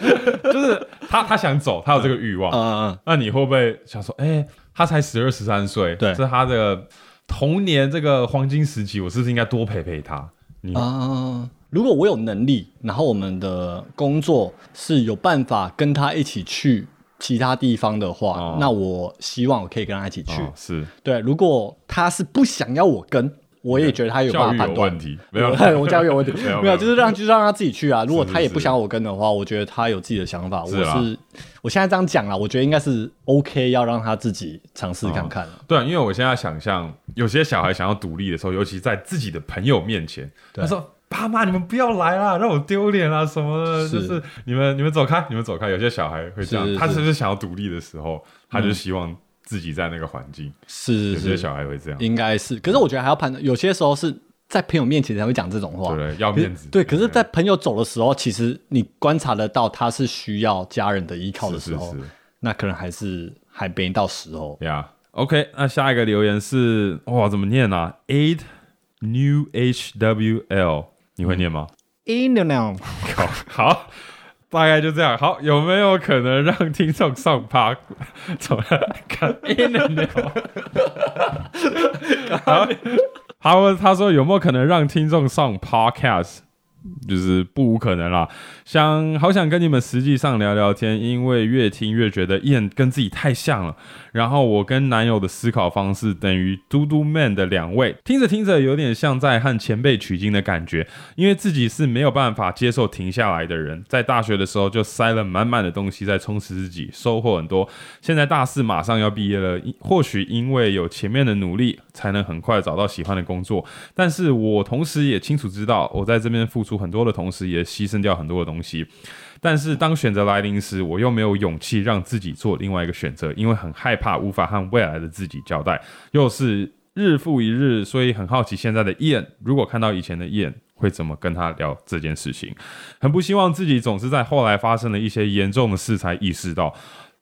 [SPEAKER 2] 就是他他想走，他有这个欲望
[SPEAKER 3] 啊，啊
[SPEAKER 2] 那你会不会想说，哎、他才十二十三岁，
[SPEAKER 3] 对
[SPEAKER 2] 这是他的童年这个黄金时期，我是不是应该多陪陪他？你、哦
[SPEAKER 3] 啊啊！如果我有能力，然后我们的工作是有办法跟他一起去其他地方的话，
[SPEAKER 2] 哦
[SPEAKER 3] 那我希望我可以跟他一起去。
[SPEAKER 2] 哦、是
[SPEAKER 3] 对，如果他是不想要我跟，我也觉得他有办
[SPEAKER 2] 教
[SPEAKER 3] 法
[SPEAKER 2] 育有
[SPEAKER 3] 判断
[SPEAKER 2] 问。题，没有
[SPEAKER 3] 我教育有问题，
[SPEAKER 2] 没有
[SPEAKER 3] 没有，
[SPEAKER 2] 没有
[SPEAKER 3] 就是让就是 让他自己去啊。如果
[SPEAKER 2] 是
[SPEAKER 3] 他也
[SPEAKER 2] 是
[SPEAKER 3] 不想我跟的话，我觉得他有自己的想法。
[SPEAKER 2] 是
[SPEAKER 3] 我
[SPEAKER 2] 啦
[SPEAKER 3] 是我现在这样讲啦，我觉得应该是 OK，要让他自己尝试看看。
[SPEAKER 2] 对啊，因为我现在想象，有些小孩想要独立的时候，尤其在自己的朋友面前，他说：“爸妈，你们不要来啦，让我丢脸啦，什么的，
[SPEAKER 3] 是
[SPEAKER 2] 就是你们你们走开，你们走开。”有些小孩会这样，
[SPEAKER 3] 是是嗯
[SPEAKER 2] 他是不是想要独立的时候，他就希望自己在那个环境？
[SPEAKER 3] 是
[SPEAKER 2] 有些
[SPEAKER 3] 是是，
[SPEAKER 2] 小孩会这样，对
[SPEAKER 3] 应该是。可是我觉得还要判断，有些时候是在朋友面前才会讲这种话
[SPEAKER 2] 不。对？要
[SPEAKER 3] 可是
[SPEAKER 2] 面子，
[SPEAKER 3] 对，可是，在朋友走的时候，其实你观察得到他是需要家人的依靠的
[SPEAKER 2] 是
[SPEAKER 3] 时
[SPEAKER 2] 是
[SPEAKER 3] 候，
[SPEAKER 2] 是。
[SPEAKER 3] 那可能还是还没到时候。
[SPEAKER 2] 呀、OK，那下一个留言是哇，怎么念啊？Eight New H W L，你会念吗？
[SPEAKER 3] In the now，
[SPEAKER 2] 好，好，大概就这样。好，有没有可能让听众上趴？怎么来看 In and out 好他问他说有没有可能让听众上 Podcast？就是不无可能啦，想好想跟你们实际上聊聊天，因为越听越觉得燕跟自己太像了。然后我跟男友的思考方式等于嘟嘟 man 的两位，听着听着有点像在和前辈取经的感觉，因为自己是没有办法接受停下来的人，在大学的时候就塞了满满的东西在充实自己，收获很多。现在大四马上要毕业了，因或许因为有前面的努力，才能很快找到喜欢的工作。但是我同时也清楚知道，我在这边付出很多的同时，也牺牲掉很多的东西。但是当选择来临时，我又没有勇气让自己做另外一个选择，因为很害怕无法和未来的自己交代，又是日复一日，所以很好奇现在的燕，如果看到以前的燕，会怎么跟他聊这件事情？很不希望自己总是在后来发生了一些严重的事才意识到，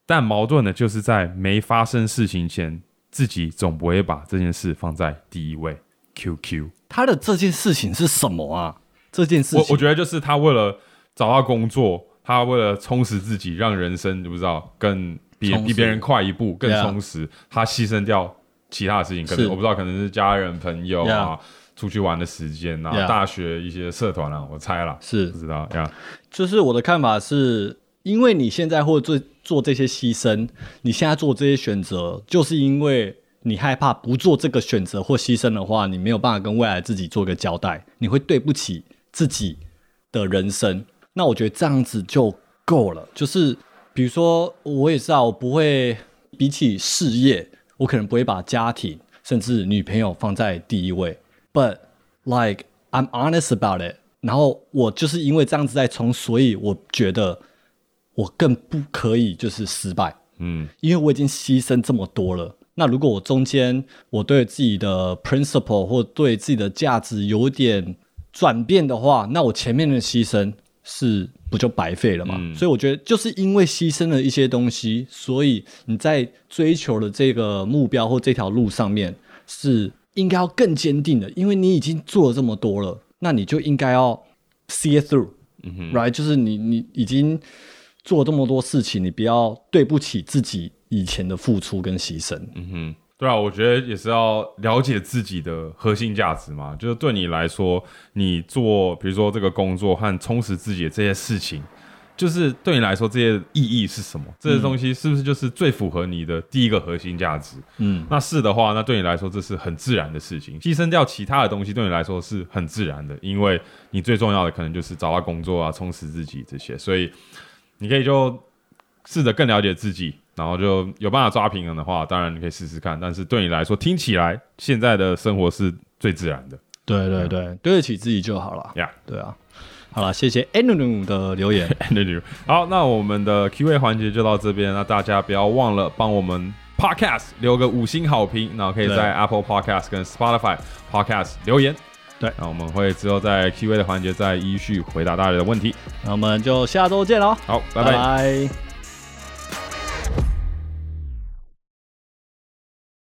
[SPEAKER 2] 但矛盾的就是在没发生事情前，自己总不会把这件事放在第一位。QQ，
[SPEAKER 3] 他的这件事情是什么啊？这件事
[SPEAKER 2] 我
[SPEAKER 3] 情，
[SPEAKER 2] 我觉得就是他为了找到工作，他为了充实自己，让人生你不知道更比
[SPEAKER 3] 充实
[SPEAKER 2] 比别人快一步，更
[SPEAKER 3] Yeah
[SPEAKER 2] 充实他牺牲掉其他的事情，可能
[SPEAKER 3] 是
[SPEAKER 2] 我不知道，可能是家人、朋友啊。出去玩的时间啊
[SPEAKER 3] Yeah
[SPEAKER 2] 大学一些社团啊，我猜啦，
[SPEAKER 3] 是
[SPEAKER 2] 不知道呀
[SPEAKER 3] 就是我的看法是，因为你现在或做做这些牺牲，你现在做这些选择，就是因为你害怕不做这个选择或牺牲的话，你没有办法跟未来自己做个交代，你会对不起自己的人生。那我觉得这样子就够了。就是比如说，我也知道，我不会比起事业，我可能不会把家庭甚至女朋友放在第一位，but like I'm honest about it。然后我就是因为这样子在冲，所以我觉得我更不可以就是失败，
[SPEAKER 2] 嗯，
[SPEAKER 3] 因为我已经牺牲这么多了。那如果我中间我对自己的 principle 或对自己的价值有点转变的话，那我前面的牺牲是不就白费了嘛？所以我觉得就是因为牺牲了一些东西，所以你在追求的这个目标或这条路上面是应该要更坚定的，因为你已经做了这么多了，那你就应该要 see it through，right？、就是
[SPEAKER 2] 嗯
[SPEAKER 3] 你你已经做这么多事情，你不要对不起自己以前的付出跟牺牲。
[SPEAKER 2] 嗯，对啊，我觉得也是要了解自己的核心价值嘛。就是对你来说，你做比如说这个工作和充实自己的这些事情，就是对你来说这些意义是什么？这些东西是不是就是最符合你的第一个核心价值？
[SPEAKER 3] 嗯，
[SPEAKER 2] 那是的话，那对你来说这是很自然的事情。牺牲掉其他的东西，对你来说是很自然的，因为你最重要的可能就是找到工作啊，充实自己这些。所以你可以就试着更了解自己，然后就有办法抓平衡的话，当然你可以试试看。但是对你来说，听起来现在的生活是最自然的
[SPEAKER 3] 对对对，对得起自己就好了。
[SPEAKER 2] 嗯呀。
[SPEAKER 3] 对啊，好了，谢谢 a n u 的留 言。
[SPEAKER 2] 那就好，那我们的 Q&A 环节就到这边，那大家不要忘了帮我们 Podcast 留个五星好评，然后可以
[SPEAKER 3] 对
[SPEAKER 2] 在 Apple Podcast 跟 Spotify Podcast 留言。
[SPEAKER 3] 对
[SPEAKER 2] 那我们会之后在 Q&A 的环节再依序回答大家的问题。
[SPEAKER 3] 那我们就下周见喽，
[SPEAKER 2] 好，拜拜
[SPEAKER 3] 拜